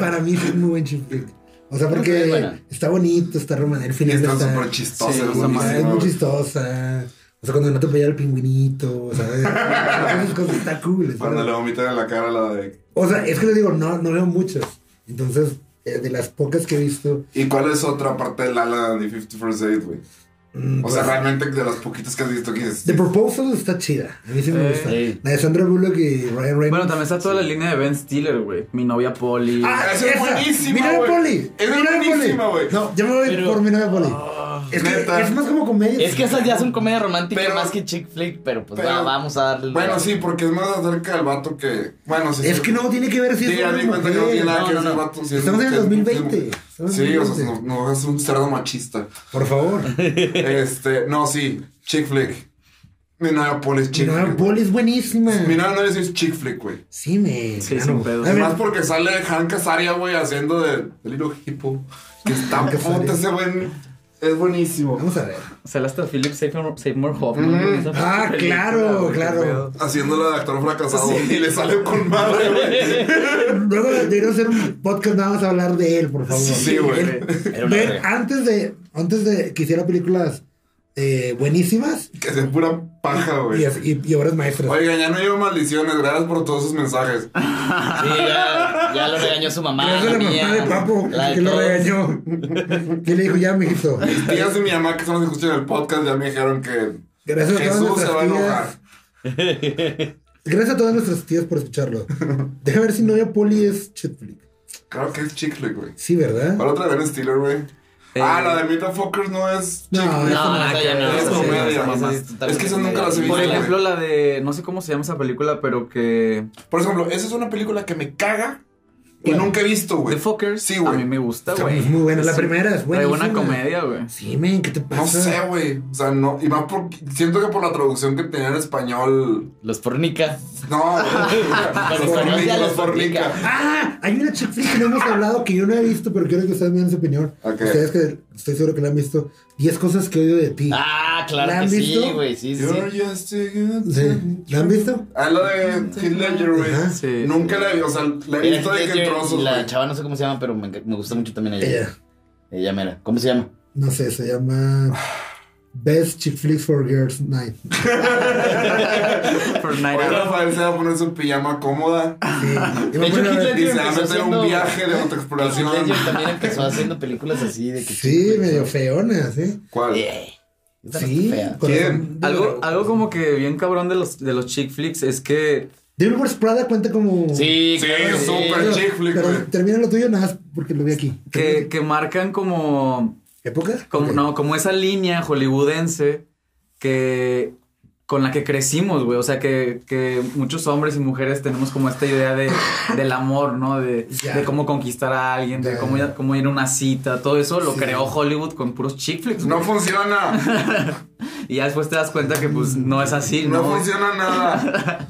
para mí sí es muy buen chick flick. O sea, Sí, porque es buena. está bonito, está romántico. El Y final están está- súper sí, chistosas, está Ah, es buenísimo, muy güey. chistosa. O sea, cuando no te pelea el pingüinito, o sea, (laughs) esas cosas está cool. está- Cuando le vomitan en la cara la de... O sea, es que te digo, no, no veo muchas. Entonces, eh, de las pocas que he visto. ¿Y cuál es otra parte de La La Land y 50 First Date, güey? mm, O sea, pues, realmente de las poquitas que has visto que dices. The Proposal está chida. A mí sí me Eh, gusta. sí. La de Sandra Bullock y Ryan Reynolds. Bueno, también está toda la línea de Ben Stiller, güey. Mi novia Polly. ¡Ah, Esa es esa! buenísima, ¡Mira la güey. poli! Esa es ¡Mira la buenísima, poli! güey. ah, No, yo me voy Pero- por mi nueva poli. es, que, neta. es más como comedia. Es que esas ya son comedia romántica Pero- más que chick flick, pero pues Pero- va, vamos a darle. Bueno, sí, porque es más acerca del vato que. Bueno, sí. Es sí. que no tiene que ver si Sí, es ya hombre di o cuenta que no tiene mujer. nada No, que no, ver si el no. vato. si es- Estamos en el que es- 2020. Estamos en Sí, o sea, 2020. no, (laughs) no es un cerdo machista. Por favor. Este, no, sí, chick flick. Minneapolis chick flick. güey. Minneapolis es buenísima. Minneapolis es chick flick, güey. Sí, me. Sí, sin pedos. A ver, Más porque sale Hank Azaria, güey, haciendo de, de Little Hippo. Que está Hank Azaria. puta ese buen. Es buenísimo. vamos a ver. Sale hasta Philip Seymour, Seymour Hoffman. Mm. en esa Ah, película, claro, güey, qué claro. pedo. Haciéndola de actor fracasado. Y le sale con madre, güey. Luego deberíamos hacer un podcast nada más a hablar de él, por favor. Sí, güey. Él- Era una Ver, verga. antes de, antes de que hiciera películas eh, buenísimas Que es pura paja, y, güey. y- y obras maestras. Oigan, ya no llevo maldiciones. Gracias por todos sus mensajes. Sí, ya, ya lo regañó su mamá. Gracias a la mía, mamá ah. de Papo, la de que lo todos. regañó. Que le dijo, ya, mijito. Tías de mi mamá que son los que escuchan el podcast ya me dijeron que Gracias a todas Jesús se va nuestras a enojar. tías. Gracias a todas nuestras tías por escucharlo. Déjame ver si novia Poli es Chetflix. Claro que es chick flick, güey. Sí, ¿verdad? ¿Cuál otra de Ben Stiller, güey? Eh, Ah, la de Mita Fuckers no es No, chick esa flick. No, no esa la ya no. creo. Es esa ya no, comedia. esa mamá Es totalmente que esa nunca las he comedia. Por visto, ejemplo, la de. No sé cómo se llama esa película, pero que. Por ejemplo, esa es una película que me caga y nunca he visto, güey. The Fuckers. Sí, A güey. mí me gusta, Sí, güey. es muy buena, la primera es Trae buena buenísima. comedia, güey. Sí, men, ¿qué te pasa? No sé, güey. O sea, no. Y más porque siento que por la traducción que tenía en español. Los pornica. (laughs) No, güey. Los fornica, los fornica. Ah, hay una chick flick que no hemos hablado que yo no he visto, pero quiero que ustedes me den su opinión. Ok. Ustedes que estoy seguro que la han visto. 10 cosas que odio de ti. Ah, ¿La claro han que sí, visto? güey. Sí, sí. You're just a good Sí. ¿La han visto? Ah, la de Heath Ledger, güey. Ajá. Sí, Nunca la vi, o sea, la he Era visto de Heath que en Ledger trozos, y La güey. chava no sé cómo se llama, pero me, enc- me gusta mucho también ella. Ella. Ella mera. ¿Cómo se llama? No sé, se llama Best Chick Flicks for Girls Night. For Night Oye, Out. Rafael se va a poner su pijama cómoda Sí. (laughs) Y me De hecho, acuerdo- (laughs) Heath Ledger- y se va a empezó meter un haciendo- viaje de autoexploración. Heath Ledger también empezó haciendo películas así de que Sí, medio feona, sí. ¿Cuál? Eh, esta no Sí, está fea. corazón de- Algo, algo como que bien cabrón de los, de los chick flicks es que Devil Wears Prada cuenta como. Sí, Sí, claro, sí. súper chick flick, Pero güey. termina lo tuyo nada más porque lo vi aquí. que, que marcan como, ¿Época? como Ok. no, como esa línea hollywoodense que con la que crecimos, güey. O sea que, que muchos hombres y mujeres tenemos como esta (laughs) idea de, del amor, ¿no? De, Ya. de cómo conquistar a alguien, de Ya. cómo, ya- cómo ir a una cita, todo eso lo Sí. creó Hollywood con puros chick flicks. No güey. funciona. Y ya después te das cuenta que pues no es así, No ¿no? funciona nada.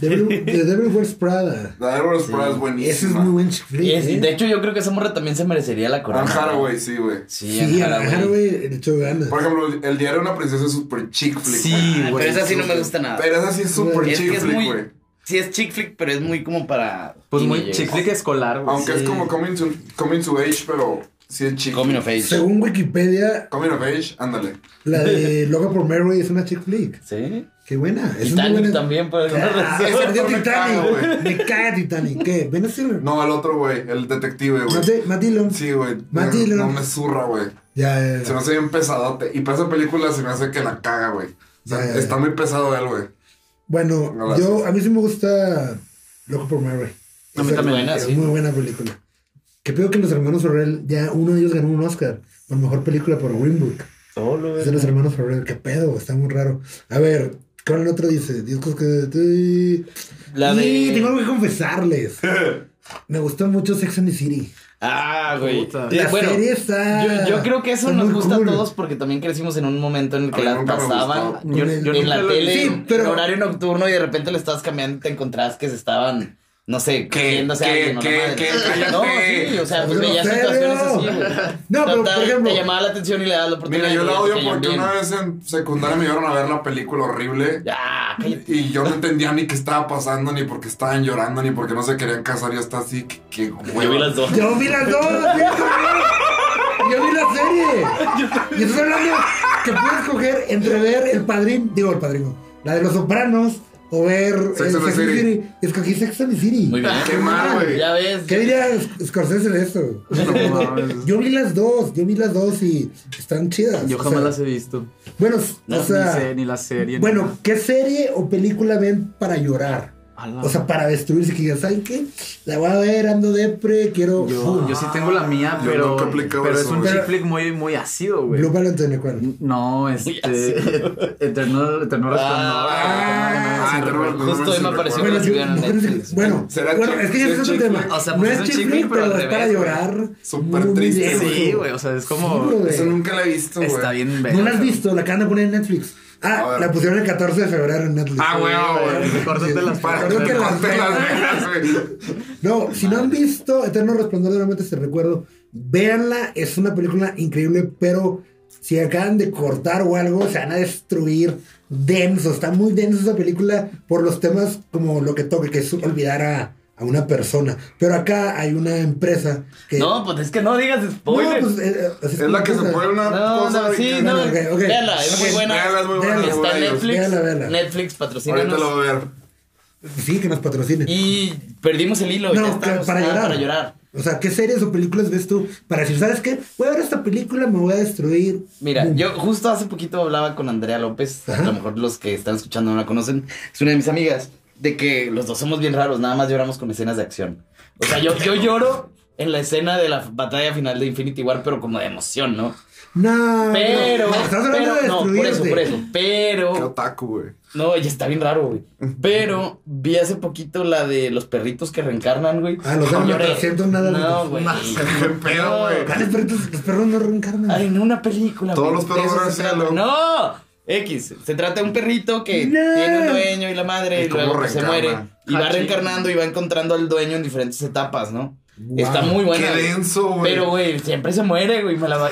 Devil, The Devil Wears Prada. La de Edward Spratt Ese es es buenísima. muy buen chick Y flick. es- ¿eh? de hecho, yo creo que esa morra también se merecería la corona. Anne Hathaway, sí, güey. Sí, Sí, Anne Hathaway. Ana Haraway le echó ganas. Por ejemplo, El diario de una princesa es super chick flick. güey. Sí, güey. Ah, Pero esa sí no me gusta nada. Pero esa sí es super es que chick es flick, muy. Pues güey. Sí, es chick flick, pero es muy como para. Pues muy teenagers. chick flick escolar, güey. Aunque es como coming to, coming to age, pero sí es chick Coming flick. of age. Según Wikipedia, Coming of age, ándale. la de Loca por Mary es una chick flick. Sí. Qué buena. Es una Titanic buena... también, pues, por alguna (laughs) Ah, razón. se perdió Me cago, Titanic. güey. Me cae Titanic. ¿Qué? ¿Ben Stiller? No, el otro, güey. El detective, güey. Mate- Matt Dillon. Sí, güey. Matt Dillon. No me zurra, güey. Ya, ya, ya. Se me hace bien pesadote. Y para esa película se me hace que la caga, güey. O sea, Ya, ya, ya. está muy pesado él, güey. Bueno, No, yo, a mí sí me gusta Loco por Mary. A mí Esa también, Es sí. muy buena película. Que pido que los hermanos Ferrell, ya uno de ellos ganó un Oscar por mejor película por Green Book. Es de los hermanos Ferrell. Qué pedo, está muy raro. A ver, ¿cuál otro dice? Discos que... La Y de- tengo algo que (laughs) confesarles. me gustó mucho Sex and the City. Ah, güey. Puta. Y La serie está- Yo, yo creo que eso está nos Ah, muy gusta cool. a todos porque también crecimos en un momento en el A que mí la nunca me pasaban gustó. Yo- Con el- yo en nunca la lo- tele, Sí, pero- en horario nocturno y de repente lo estabas cambiando y te encontrabas que se estaban, no sé, ¿Qué? cogiéndose a ¿Qué? alguien o la ¿Qué? madre. ¿Qué? No, Cállate. sí, o sea, pues Pero veías serio. situaciones así, güey. No, pero, Te- por te- ejemplo- Te llamaba la atención y le dabas la oportunidad. Mira, yo y la te odio caían porque bien. una vez en secundaria me llevaron a ver la película horrible. Ya, cállate. Y yo no entendía ni qué estaba pasando, ni por qué estaban llorando, ni por qué no se querían casar. Yo hasta así, que, que Yo vi las dos. Yo vi las dos, viejo. Yo vi la (laughs) serie. Y estoy hablando que puedes coger entre ver El Padrino, digo El Padrino, la de Los Sopranos o ver eh, Sex and the Sex and the City. City. Escogí Sex and the City. Muy bien. Qué mal, güey. Ya ves. ¿Qué diría Scorsese de esto? (laughs) No mames. Yo vi las dos, yo vi las dos y están chidas. Yo o jamás sea, las he visto. Bueno, No, o sea, ni, sé, ni la serie. ni bueno, nada. ¿qué serie o película ven para llorar? A la- O sea, para destruirse, que ya saben qué, la voy a ver, ando depre, quiero... yo, yo sí tengo la mía, Yo pero, nunca he aplicado pero eso, es un güey. chick flick muy, muy ácido, güey. Blue Valentine, ¿cuál? No, este. Eterno, eterno Resplandor. Ah, Eterno Resplandor. no me Justo ahí me apareció Bueno, recuerdo. que yo- vean en bueno, Netflix. sí, bueno, ¿Será bueno, chick- es que ese es es otro chick tema. flick? O sea, no pues es es un chick chick flick, flick, pero pero al es para revés, güey. llorar. Súper muy triste, bien. Sí, güey, o sea, es como. Sí, bro. Eso nunca la he visto, güey. está bien, No verga, la has visto, la acaban de poner en Netflix. A Ah, ver. la pusieron el 14 de febrero en Netflix. Ah, huevo, güey. Córtate las Para que Creo que te las corten las (laughs) venas, güey. No, si no han visto Eterno Resplandor de una mente se recuerdo, véanla, es una película increíble, pero si acaban de cortar o algo, se van a destruir denso, está muy denso esa película por los temas como lo que toca, que es olvidar a, a una persona. Pero acá hay una empresa que... No, pues es que no digas No, spoilers. pues, eh, eh, así Es la que se empieza. pone una No, cosa no, de sí, que- no. ok, ok. Véanla, es muy Sí, buena. véanla, es muy buena, véanla, Está en güey. Netflix. Véanla, véanla. Netflix Ahorita lo patrocina. voy a ver. Sí, que nos patrocinen. Y perdimos el hilo. ya No, que- estamos, para ah, llorar. Para llorar. O sea, ¿qué series o películas ves tú para decir, ¿sabes qué? Voy a ver esta película, me voy a destruir. Mm. Mira, Boom. yo justo hace poquito hablaba con Andrea López, a Ajá. lo mejor los que están escuchando no la conocen, es una de mis amigas, de que los dos somos bien raros, nada más lloramos con escenas de acción. O sea, yo, yo lloro en la escena de la batalla final de Infinity War, pero como de emoción, ¿no? No. Pero, no, estás hablando pero, de no, por eso, destruirte. por eso, Qué pero, otaku, güey. no, ya está bien raro, güey. Pero vi hace poquito la de los perritos que reencarnan, güey. Ah, los dan Lloré. 400 nada de- No, güey. Qué pedo, güey. ¿Cuáles perritos? Ah, Los perros no reencarnan. Ay, en una película. Todos güey, los perros de eso van al se trata. cielo. No. X, se trata de un perrito que No. tiene un dueño y la madre ¿Y y luego cómo pues, se reencarna? muere y va Hachi. reencarnando y va encontrando al dueño en diferentes etapas, ¿no? Wow. Está muy buena. Qué güey. denso, güey. Pero güey, siempre se muere, güey, me la (laughs) va-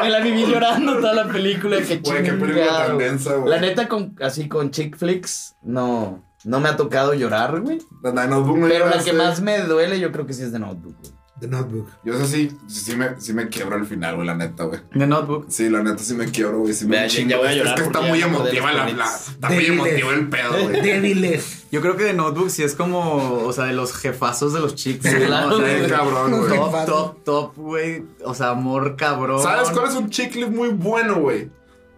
me la viví llorando toda la película, qué Güey, qué película chingado. tan densa, güey. La neta con así con chick flicks no no me ha tocado llorar, güey. La de Notebook no Pero la lloraste. que más me duele yo creo que sí es de Notebook. güey. The Notebook. Yo eso sí, sí me, sí me quiebro al final, güey, la neta, güey. The Notebook. Sí, la neta sí me quiebro, güey. Sí me Vea, chingo. ya voy a Es llorar que está porque muy ya me acordé de emotiva los la, la- cómics. Está muy Débiles. emotivo el pedo, Ah, güey. Débiles. Yo creo que The Notebook sí es como, o sea, de los jefazos de los chicks. ¿no? Claro, O sea, güey. Bien cabrón, güey. Top, top, top, güey. O sea, amor cabrón. ¿Sabes cuál es un chicle muy bueno, güey?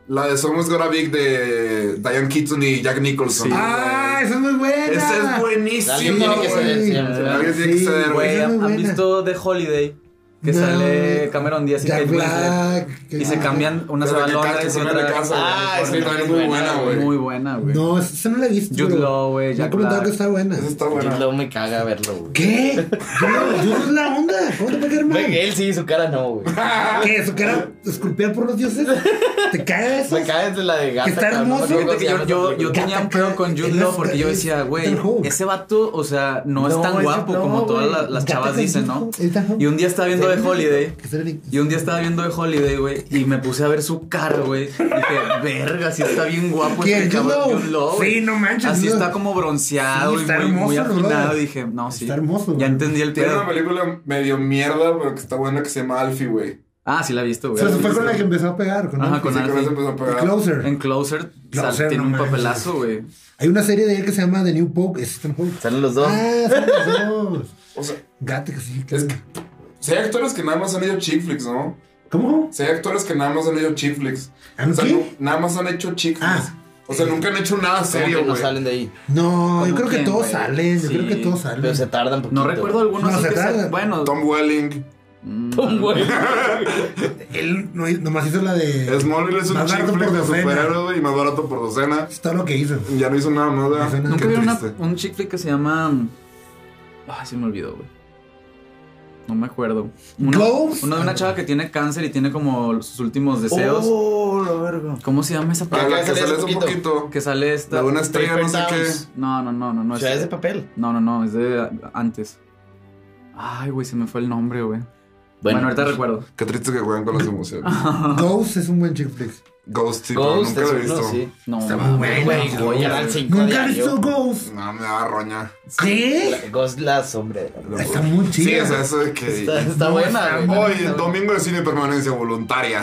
La de Somos Gonna Big de Diane Keaton y Jack Nicholson. Sí. Ah, esa es muy buena. Ese es Alguien buenísimo, tiene que ceder, güey. sí. Alguien tiene que ceder, Güey, esa es muy ¿han buena. visto The Holiday? Que No. sale Cameron Díaz y Jack Kate Winslet. Black. Y se cambian una Pero se va a que Londres cachas, y una de otra- casa, Ah, güey. esa También es muy muy buena, buena, güey. Muy buena, güey. No, esa no la he visto. Jude pero Law, güey, Me Jack han comentado Black. que está buena. Esa está Y buena. luego me caga verlo, güey. ¿Qué? Yo, yo es la onda. ¿Cómo te pega, hermano? Güey, Él sí, su cara no, (laughs) güey. ¿Qué? ¿Su cara esculpida por los dioses? ¿Te cae eso? Me cae de la de gata. Que está cabrón, hermoso. no me acuerdo Pues Fíjate que cómo se llama esa yo, yo, yo película. tenía un pedo con Jude Law porque yo decía, güey, ese vato, o sea, no es No, tan ese- guapo no, como todas güey. la- las chavas dicen, ¿no? Y un día estaba viendo The Holiday. Y un día estaba viendo The Holiday, güey, y me puse a ver su cara, güey. Y dije, verga, si está bien guapo ¿Quién? este Jude cabrón. Law. Jude Law, Sí, güey. no manches, Así Jude Law. está como bronceado Sí, y está muy, muy hermoso, Jude Law. afinado. Dije, no, sí. Está hermoso, Ya güey. entendí el Tiene pedo. una película medio mierda, pero que está buena, que se llama Alfie, güey. Ah, sí la he visto, güey. Se fue con la que empezó a pegar. Con el- Ajá, Sí, con con Alfie. eso empezó a pegar. Closer. En Closer, o sea, Closer, tiene no un manches. papelazo, güey. Hay una serie de él que se llama The New Pope. ¿Es Ethan Hawke? Salen los dos. Ah, son (laughs) los dos. O sea, Gato que sí. que- es que... Si hay actores que nada más han hecho chick flicks, ¿no? ¿Cómo? Si hay actores que nada más han hecho chick flicks. ¿Han O sea, qué? nu- nada más han hecho chick flicks. Ah. O sea, nunca han hecho nada Como que serio, no güey. salen de ahí. No, yo ¿Cómo creo que quién, todos güey? salen. Yo Sí, creo que todos Pero se salen. tardan poquito. No recuerdo algunos. No, así se que se- tarda. Bueno, Mm. Tom Welling. Tom, güey. Él no- nomás hizo la de. Smallville es un Más chick barato flick por de docena. superhéroes güey, y más barato por docena. Es todo lo que hizo. Ya no hizo nada más, No hizo ¿verdad? nada. Nunca Qué vieron una- triste. un chick flick que se llama. Ay, se me olvidó, güey. No me acuerdo. Uno, Ghost? uno de una chava que tiene cáncer y tiene como sus últimos deseos. Oh, la verga. ¿Cómo se llama esa Ah, película? la Acá sale que sale hace hace un poquito. poquito. Que sale esta. La una estrella, no sé Paper qué. Towns. No, no, no, no, no O es. sea, es de papel. No, no, no, es de antes. Ay, güey, se me fue el nombre, güey. Bueno, ahorita pues, recuerdo. Qué triste que juegan con las emociones. Ghost es un buen chick flick. Ghost, sí, pero Ghost nunca lo he es visto. uno, sí. No, Está mames, muy Güey, Ghost. joya era el 5 Nunca he visto Ghost. No, me da roña. ¿Sí? Ghost la sombra. de la luz. Está muy chido. Sí, o sea, eso de que. Está, está No, está buena, güey. Hoy, domingo de cine permanencia voluntaria.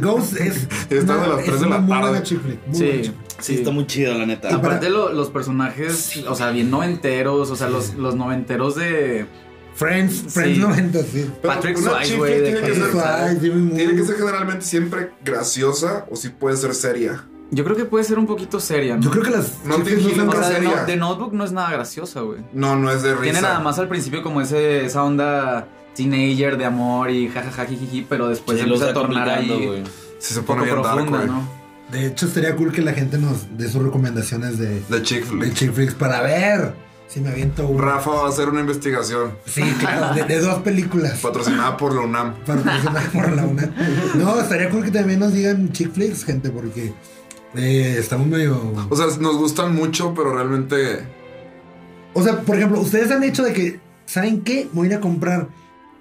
Ghost es. (laughs) Está de las es tres de una la muy tarde. buena chick flick, muy buena Sí, chick Sí, sí. está muy chido, la neta. Y para- Aparte, lo- los personajes, o sea, bien noventeros, o sea, los, los noventeros de. flick. Friends, Friends Sí. 90, sí. Pero Patrick una Swayze, chick güey, tiene de que ser- Patrick Ay, Jimmy Moore. Tiene que ser generalmente siempre graciosa o si puede ser seria. Yo creo que puede ser un poquito seria, ¿no? Yo creo que las. No chick te flicks imaginas son O graciosos. sea, de, seria. no- de Notebook no es nada graciosa, güey. No, no es de risa. Tiene nada más al principio como ese, esa onda teenager de amor y jajaja, jijiji, pero después Sí, lo pues, empieza a está tornar ahí complicando, un güey. Si se pone poco bien dark, profunda, güey. ¿no? De hecho, estaría cool que la gente nos dé sus recomendaciones de, De chick de flick. chick flicks para ver. Si me aviento un. Rafa va a hacer una investigación Sí, claro, de, de dos (laughs) películas. patrocinada por la UNAM. Para presionar por la una. No, estaría cool que también nos digan chick flicks, gente, porque eh, estamos medio. O sea, nos gustan mucho, pero realmente. O sea, por ejemplo, ustedes han hecho de que, ¿saben qué? Voy a ir a comprar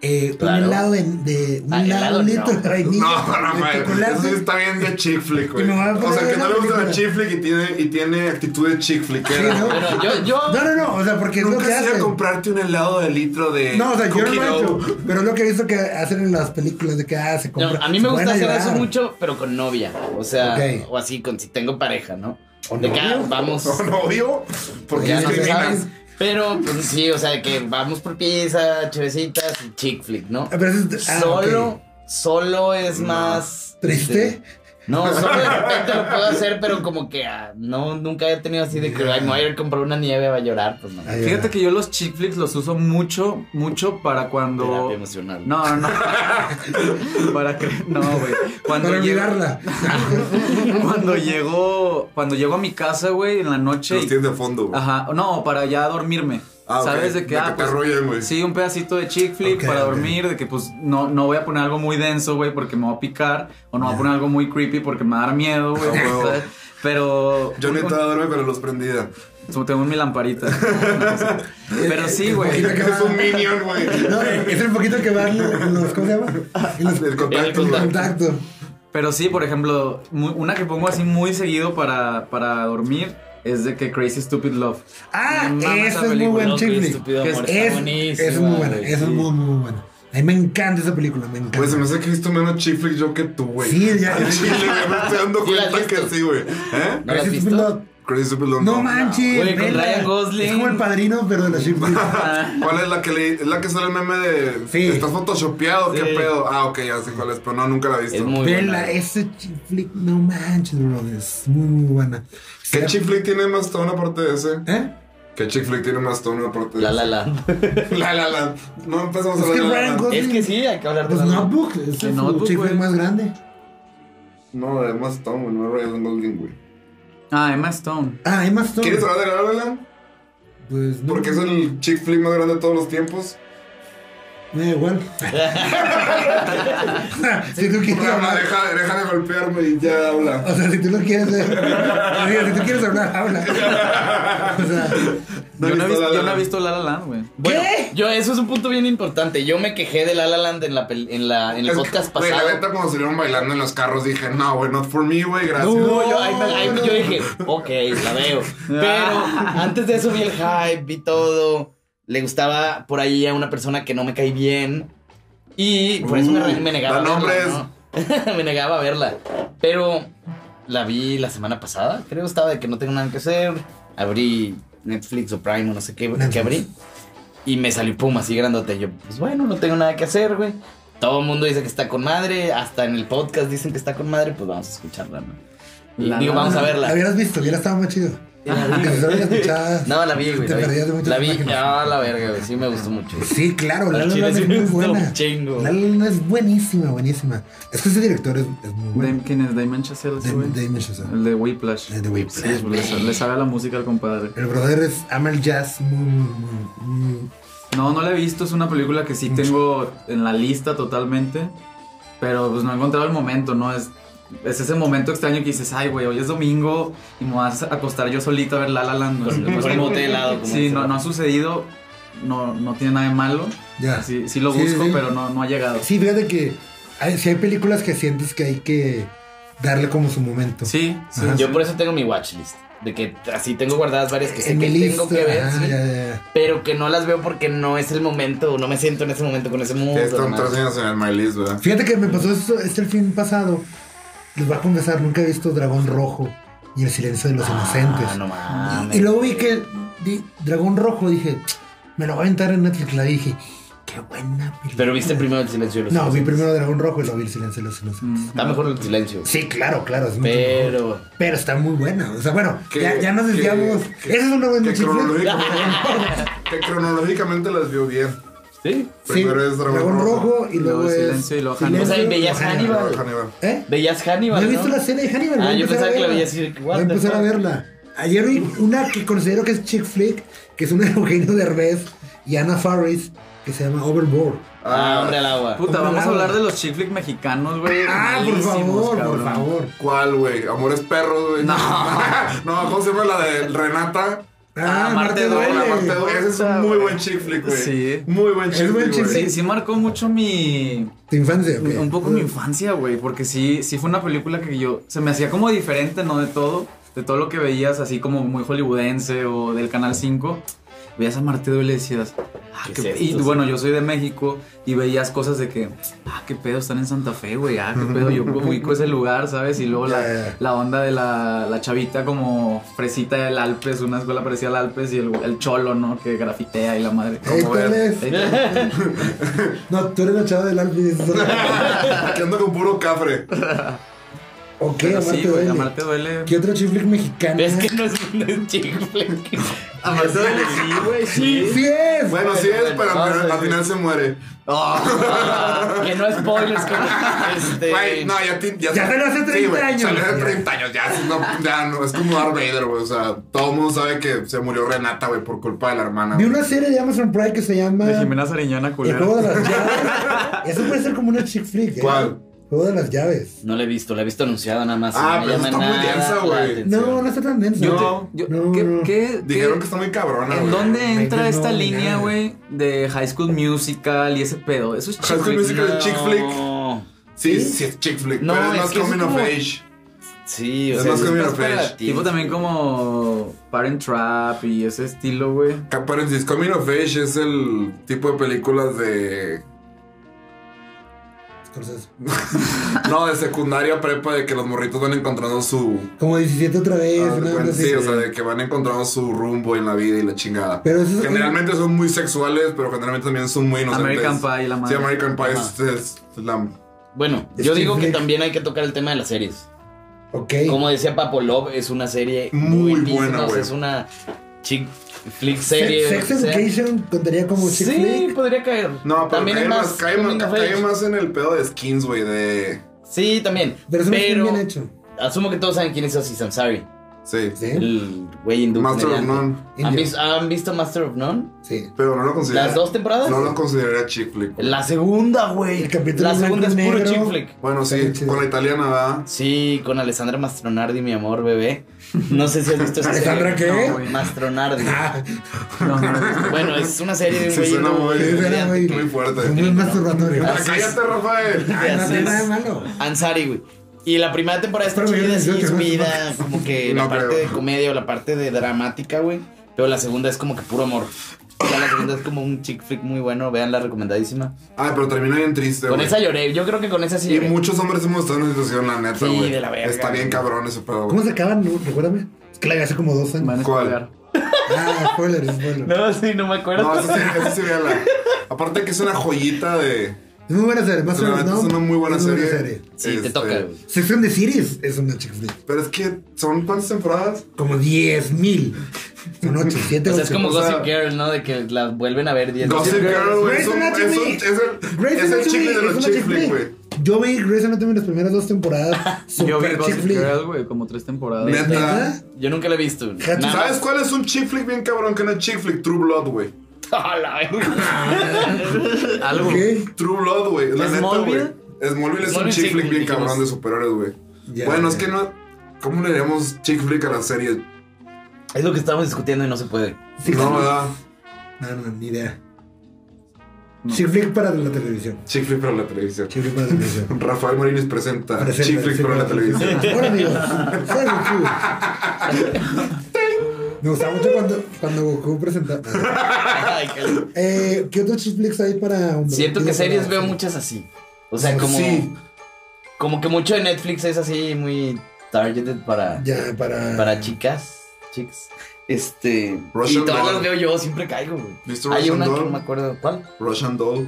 eh, un Claro. helado de, de- un Ah, helado helado, no. litro de vainilla. (laughs) No, de Rafael, chocolate. eso sí está bien de chick flick, güey. Y me voy a O poner sea, que no una le gusta la película. chick flick y tiene, y tiene actitud de chick flickera. Sí, ¿no? Pero yo, yo. No, no, no, o sea, porque es lo Nunca que has ido a hacen. comprarte un helado de litro de. No, o sea, yo no lo cookie he hecho, dough. pero es lo que he visto que hacen en las películas de que ah, se No, compra. a mí se me pueden gusta hacer ayudar. eso mucho, pero con novia. O sea, Ok. o así, con si tengo pareja, ¿no? De que ah, (laughs) vamos. (laughs) No, no, obvio. Porque Ya no se discriminas. sabe. Pero pues, sí, o sea, de que vamos por pizza, chevecitas y chick flick, ¿no? Ah, Pero eso es, ah, solo, ok. solo es más. ¿Triste? este, no, (laughs) solo de repente lo puedo hacer, pero como que ah, no, nunca he tenido así de que ay, me voy a ir a comprar una nieve, va a llorar, pues no. Eh. Ay, Fíjate ya. que yo los chick flicks los uso mucho, mucho para cuando. Terapia (laughs) emocional. No, no, no. (laughs) para que. No, güey. Cuando Para llego- olvidarla. (laughs) Cuando llego. Cuando llego a mi casa, güey, en la noche. Los y- tienes de fondo, güey. Ajá, no, para ya dormirme. Ah, ok, ¿Sabes de de qué? pues, que te arrollen, güey. Sí, un pedacito de chick flick Ok, para ok. dormir, de que pues no, no voy a poner algo muy denso, güey, porque me va a picar, o no voy a poner algo muy creepy porque me va a dar miedo, güey. Ah, huevo. ¿sabes? Pero... Yo un- ni estaba duerme con la luz prendida. un- Tengo mi lamparita. Pero sí, güey. Poquito que Es un (laughs) va- minion, güey. (laughs) No, es el poquito que van los. ¿Cómo se llama? Los, El contacto, el güey. contacto. Pero sí, por ejemplo, mu- una que pongo así muy seguido para, para dormir es de que Crazy Stupid Love. Ah, Me mama esa esa es muy película. buen No, qué chick flick. estúpido Que amor, Es, está buenísima, es muy buena, güey, esa es sí. muy, muy buena. A mí me encanta esa película, me encanta. Güey, Pues se me hace que he visto menos chick flick yo que tú, güey. Sí, ya. En Chile, güey, me estoy dando Sí, la has cuenta que visto. sí, güey. ¿Eh? ¿No la has Crazy visto? Stupid Love. Crazy Stupid Love. No manches, Güey, con vela. Ryan Gosling. Es como el padrino, pero de la Ship. Ah, ¿Cuál es la que le, es la que sale el meme de Sí. estás photoshopeado? ¿Qué Sí. pedo? Ah, ok, ya sé cuál (laughs) es, pero no, nunca la he visto. Es muy buena. Vela, ese chick flick, no manches, bro. Es muy, muy buena. ¿Eh? ¿Qué Sí, chick flick tiene más tono aparte de ese? ¿Eh? ¿Qué chick flick tiene más tono aparte de La ese? la la. La la la. No empezamos a Es que hablar de la Ryan la. la. Gosling- Es que sí, hay que hablar de Pues la la. Notebook, es El el Notebook, chick güey. flick más grande. No, de más Stone, güey, no es Ryan Golding, güey. Ah, Emma Stone. Ah, Emma Stone. ¿Quieres hablar de La La Land? Pues no. Porque es el chick flick más grande de todos (laughs) los tiempos. Me da igual. (laughs) si tú quieres Rafa, hablar. deja, deja de golpearme y ya habla. O sea, si tú lo quieres. eh, o sea, si tú quieres hablar, habla. (laughs) O sea. No he yo, no he visto La La visto, yo no he Land. visto La La Land, güey. Bueno, ¿Qué? yo, eso es un punto bien importante. Yo me quejé de La La Land en, la, pel- en, la, en el Es- podcast güey, pasado. la neta, cuando salieron bailando en los carros, dije, no, güey, not for me, güey, gracias. No, yo, ahí me- ahí me- yo dije, ok, la veo. Pero antes de eso vi el hype, vi todo. Le gustaba por ahí a una persona que no me caí bien. Y por eso me, re- me negaba a Da verla. ¿no? (laughs) me negaba a verla. Pero la vi la semana pasada, creo. Estaba de que no tengo nada que hacer. Abrí Netflix o Prime o no sé qué, que abrí. Y me salió pum, así grandote. Yo, pues bueno, no tengo nada que hacer, güey. Todo el mundo dice que está con madre. Hasta en el podcast dicen que está con madre. Pues vamos a escucharla, ¿no? Y La digo, la vamos a La verla. hubieras visto, hubiera estado más chido. Aunque si no la escuchabas, No, la vi, güey. Te la vi. perdías de muchas La vi, imágenes. ah, la verga, güey. Sí, me gustó mucho. Pues Sí, claro, (laughs) Al La La chile Land sí es me muy gustó buena. un chingo. La La Land es buenísima, buenísima. Es que ese director es, es muy bueno. Dame- ¿Quién es Damon Chazelle, ese güey? Damon- Damon Chazelle. El de Whiplash. El de Whiplash, Sí, le sa- le sabe a la música al compadre. El brother es, ama el jazz muy, muy, muy, muy- No, no la he visto. Es una película que Mm. sí tengo en la lista totalmente. Pero pues no he encontrado el momento, ¿no? Es, es ese momento extraño que dices, ay, güey, hoy es domingo y me vas a acostar yo solito a ver La La Land. ¿no? Con- Es con el como- bote de helado, como Sí, dice. no, no ha sucedido. No, no tiene nada de malo. Ya. Sí, sí lo Sí, busco, sí. pero no, no ha llegado. Sí, fíjate que hay, si hay películas que sientes que hay que darle como su momento. Sí, sí. Ajá. sí. Yo por eso tengo mi watchlist. De que así tengo guardadas varias que sé En que mi tengo lista. que ver. ah, sí, ya, ya, ya. Pero que no las veo porque no es el momento. o No me siento en ese momento con ese mundo. Están hermano. tres años en el My List, ¿verdad? Fíjate que me pasó esto este el fin pasado. Les voy a confesar, nunca he visto Dragón Rojo y El Silencio de los Ah, Inocentes. no mames. Y luego vi que di- Dragón Rojo, dije, me lo voy a aventar en Netflix. La dije, qué buena película. Pero viste primero el silencio de los No, vi Inocentes. primero Dragón Rojo y luego vi El Silencio de los Inocentes. Mm. Está mejor el silencio. Sí, claro, claro. es mucho mejor. Pero. Pero está muy buena. O sea, bueno, Que- ya, ya nos que- desviamos. que- Esa es una Que buena chifla. (laughs) cronológicamente, que cronológicamente las vio bien. Sí. Primero es Dragón Rojo. y luego, Luego es Silencio y luego Silencio Hannibal. O sea, y veías Hannibal. Hannibal. Hannibal. ¿Eh? Veías Hannibal. No he visto ¿no? la serie de Hannibal. Ah, voy a yo empezar pensaba a que la verla. veías y dije, what Voy a the empezar a fuck. verla. Ayer vi una que considero que es chick flick, que (laughs) es una de Eugenio Derbez y Ana Faris, que se llama Overboard. Ah, hombre al agua. Puta, Hombre, vamos a nada. hablar de los chick flick mexicanos, güey. Ah, por Malísimos, favor, por cabrón. favor. ¿Cuál, güey? Amores perros, güey. No. (laughs) no, ¿cómo se llama la de Renata? Ah, Ah, no Marte te duele. duele. Aparte, güey, ese es un muy güey. buen chick flick, güey. Sí. Muy buen chick Es buen flick, chick güey. flick. Sí, sí marcó mucho mi, Tu infancia, ok. un poco mi infancia, güey, porque sí, sí fue una película que yo se me hacía como diferente, ¿no? De todo, de todo lo que veías, así como muy hollywoodense o del Canal 5. Veías a Marte Duele y decías, ah, ¿Qué qué es pe- esto? y bueno, yo soy de México y veías cosas de que, ah, qué pedo, están en Santa Fe, güey, ah, qué pedo, (laughs) yo ubico ese lugar, ¿sabes? Y luego Ya, la, ya, ya. la onda de la, la chavita como fresita del Alpes, una escuela parecida al Alpes y el, el cholo, ¿no? Que grafitea y la madre. Ahí ¿Cómo ves? tenés. No, tú eres la chava del (laughs) Alpes. Aquí ando con puro cafre. ok, Pero Amarte sí, güey, duele. a Marte duele. ¿Qué otro chick flick mexicano? Es que no es un chick flick. Aparte de sí, güey, sí. Sí es. Bueno, (laughs) sí es, pero al final- al final se muere. Ah, que no spoilers. con- Este... Güey, no, ya, ti- ya, Ya salió hace 30 güey, años. Salió hace Ya. 30 años, ya, es- no, ya no, es como Darth Vader, güey. O sea, todo el mundo sabe que se murió Renata, güey, por culpa de la hermana. Vi güey. una serie de Amazon Prime que se llama De Jimena Sariñana, El culera. juego de las (laughs) llaves. Eso puede ser como una chick flick. ¿eh? ¿Cuál? Juego de las llaves. No la he visto, la he visto anunciada nada más. Ah, no me pero llama está muy nada densa, la güey. atención. No, no está tan denso. Yo te- yo- No, ¿qué- no. qué- Dijeron qué- que está muy cabrona, güey. ¿En dónde Ay, entra que esta no, línea, nada. güey, de High School Musical y ese pedo? Eso es High chick School flick, Musical ¿no? es chick flick. No. Sí, sí es chick flick, No, pero es es más que es coming of como- age. Sí, o Es sea, más coming más of age. para ti. Tipo también como Parent Trap y ese estilo, güey. Paréntesis, coming of age es el tipo de películas de... Scorsese. No, de secundaria prepa, de que los morritos van encontrando su... Como 17 otra vez. Ah, una onda bueno, así. sí, o sea, de que van encontrando su rumbo en la vida y la chingada. Pero eso es- generalmente son muy sexuales, pero generalmente también son muy inocentes. American Pie, la madre. Sí, American Pie es, es la... Bueno, Es yo chick digo que flick. también hay que tocar el tema de las series. ok. Como decía Papo Love, es una serie Muy muy buena, buena, güey. Es una chick flick Se- serie. Sex o sea. Education contaría como chick Sí, flick. podría caer. No, pero también cae, es más, más cae, más, coming of cae age. más en el pedo de skins, güey, de... Sí, también. Pero pues, Pero, es un film bien hecho. ¿Eh? asumo que todos saben quién es Aziz Ansari. Sí. Sí. El güey hindú. Master of comediante. None. ¿Han Indio. visto, han visto Master of None? Sí. (laughs) Pero no lo consideraría... ¿Las dos temporadas? No lo consideraría chick flick. güey. La segunda, güey. El capítulo La blanco segunda y es puro negro. chick flick. Bueno, sí, Está chido. con la italiana, ¿verdad? Sí, con Alessandra Mastronardi, mi amor, bebé. No sé si has visto esa (laughs) serie. ¿Alessandra qué? No, güey, Mastronardi. (laughs) Ah, No, no, no. (laughs) Bueno, es una serie de un Sí, güey suena hindú, muy- un sí, suena comediante muy- que- Muy fuerte. es muy masturbatorio. Ah, Así es. ¡Cállate, Rafael! Ay, no así tiene nada de es. malo. Ansari, güey. Y la primera temporada está Pero yo chida, no sé sí, qué es más. vida, como que la No parte creo. de comedia o la parte de dramática, güey. Pero la segunda es como que puro amor. O sea, la segunda es como un chick flick muy bueno, vean la recomendadísima. Ah, pero termina bien triste, Con güey. esa lloré, yo creo que con esa sí Y lloré. muchos hombres hemos estado en una situación, la neta, Sí, güey. de la verga, Está bien güey. cabrón ese pedo, güey. ¿Cómo se acaban? No, recuérdame. Es que la vi hace como dos años. Van a ¿Cuál? escuchar. Ah, spoiler, spoiler. No, sí, no me acuerdo. No, eso sí, eso sí, véala. Aparte que es una joyita de... Es muy buena serie. Más o menos, realmente ¿no? es una muy buena Es serie. sí, te Este, toca, güey. Sex and the Series es una chick flick. Pero es que, ¿son cuántas temporadas? Como 10 mil. Son 8, 7, O sea, es como o sea- Gossip Girl, ¿no? De que la vuelven a ver 10 Gossip veces. Girl, güey. Es Grey's un- Anatomy. es un- es el- Grey's es el Anatomy chicle de es los una chick flick, güey. Yo vi Grey's Anatomy en las primeras dos temporadas. (laughs) Yo vi Super chick Gossip flick. Girl, güey, como tres temporadas. Neta. ¿Neta? Yo nunca la he visto. Ja, ¿tú Nada ¿Sabes más. (laughs) cuál es un chick flick bien cabrón que no es chick flick? True Blood, güey. A la verga. Algo. Ok. True Blood, güey. La neta, ¿Smallville? güey. Smallville es un Smallville chick sí, flick bien dijimos. cabrón de superhéroes, güey. Ya, Bueno, es ya. que no... ¿Cómo le diríamos chick flick a la serie? Es lo que estábamos discutiendo y no se puede. (laughs) No, ¿verdad? No, no, ni idea. No. Chick flick para la televisión. Chick flick para la televisión. Chick flick para la (laughs) televisión. Rafael Marines presenta Para hacer- Chick flick para la televisión. Bueno, amigos, soy Goku. (laughs) Me gustaba mucho cuando, cuando Goku presentaba. Ay, qué- (laughs) Eh, ¿Qué otros chick flicks hay para hombres? Siento que Digo, series para- veo muchas así. O sea, Sí. como. Como que mucho de Netflix es así muy targeted para. Ya, para. Para chicas. Chicas. Este. Russian y todas Doll. las veo yo, siempre caigo, güey. ¿Viste Hay Russian una que Doll? no me acuerdo cuál. Russian Doll.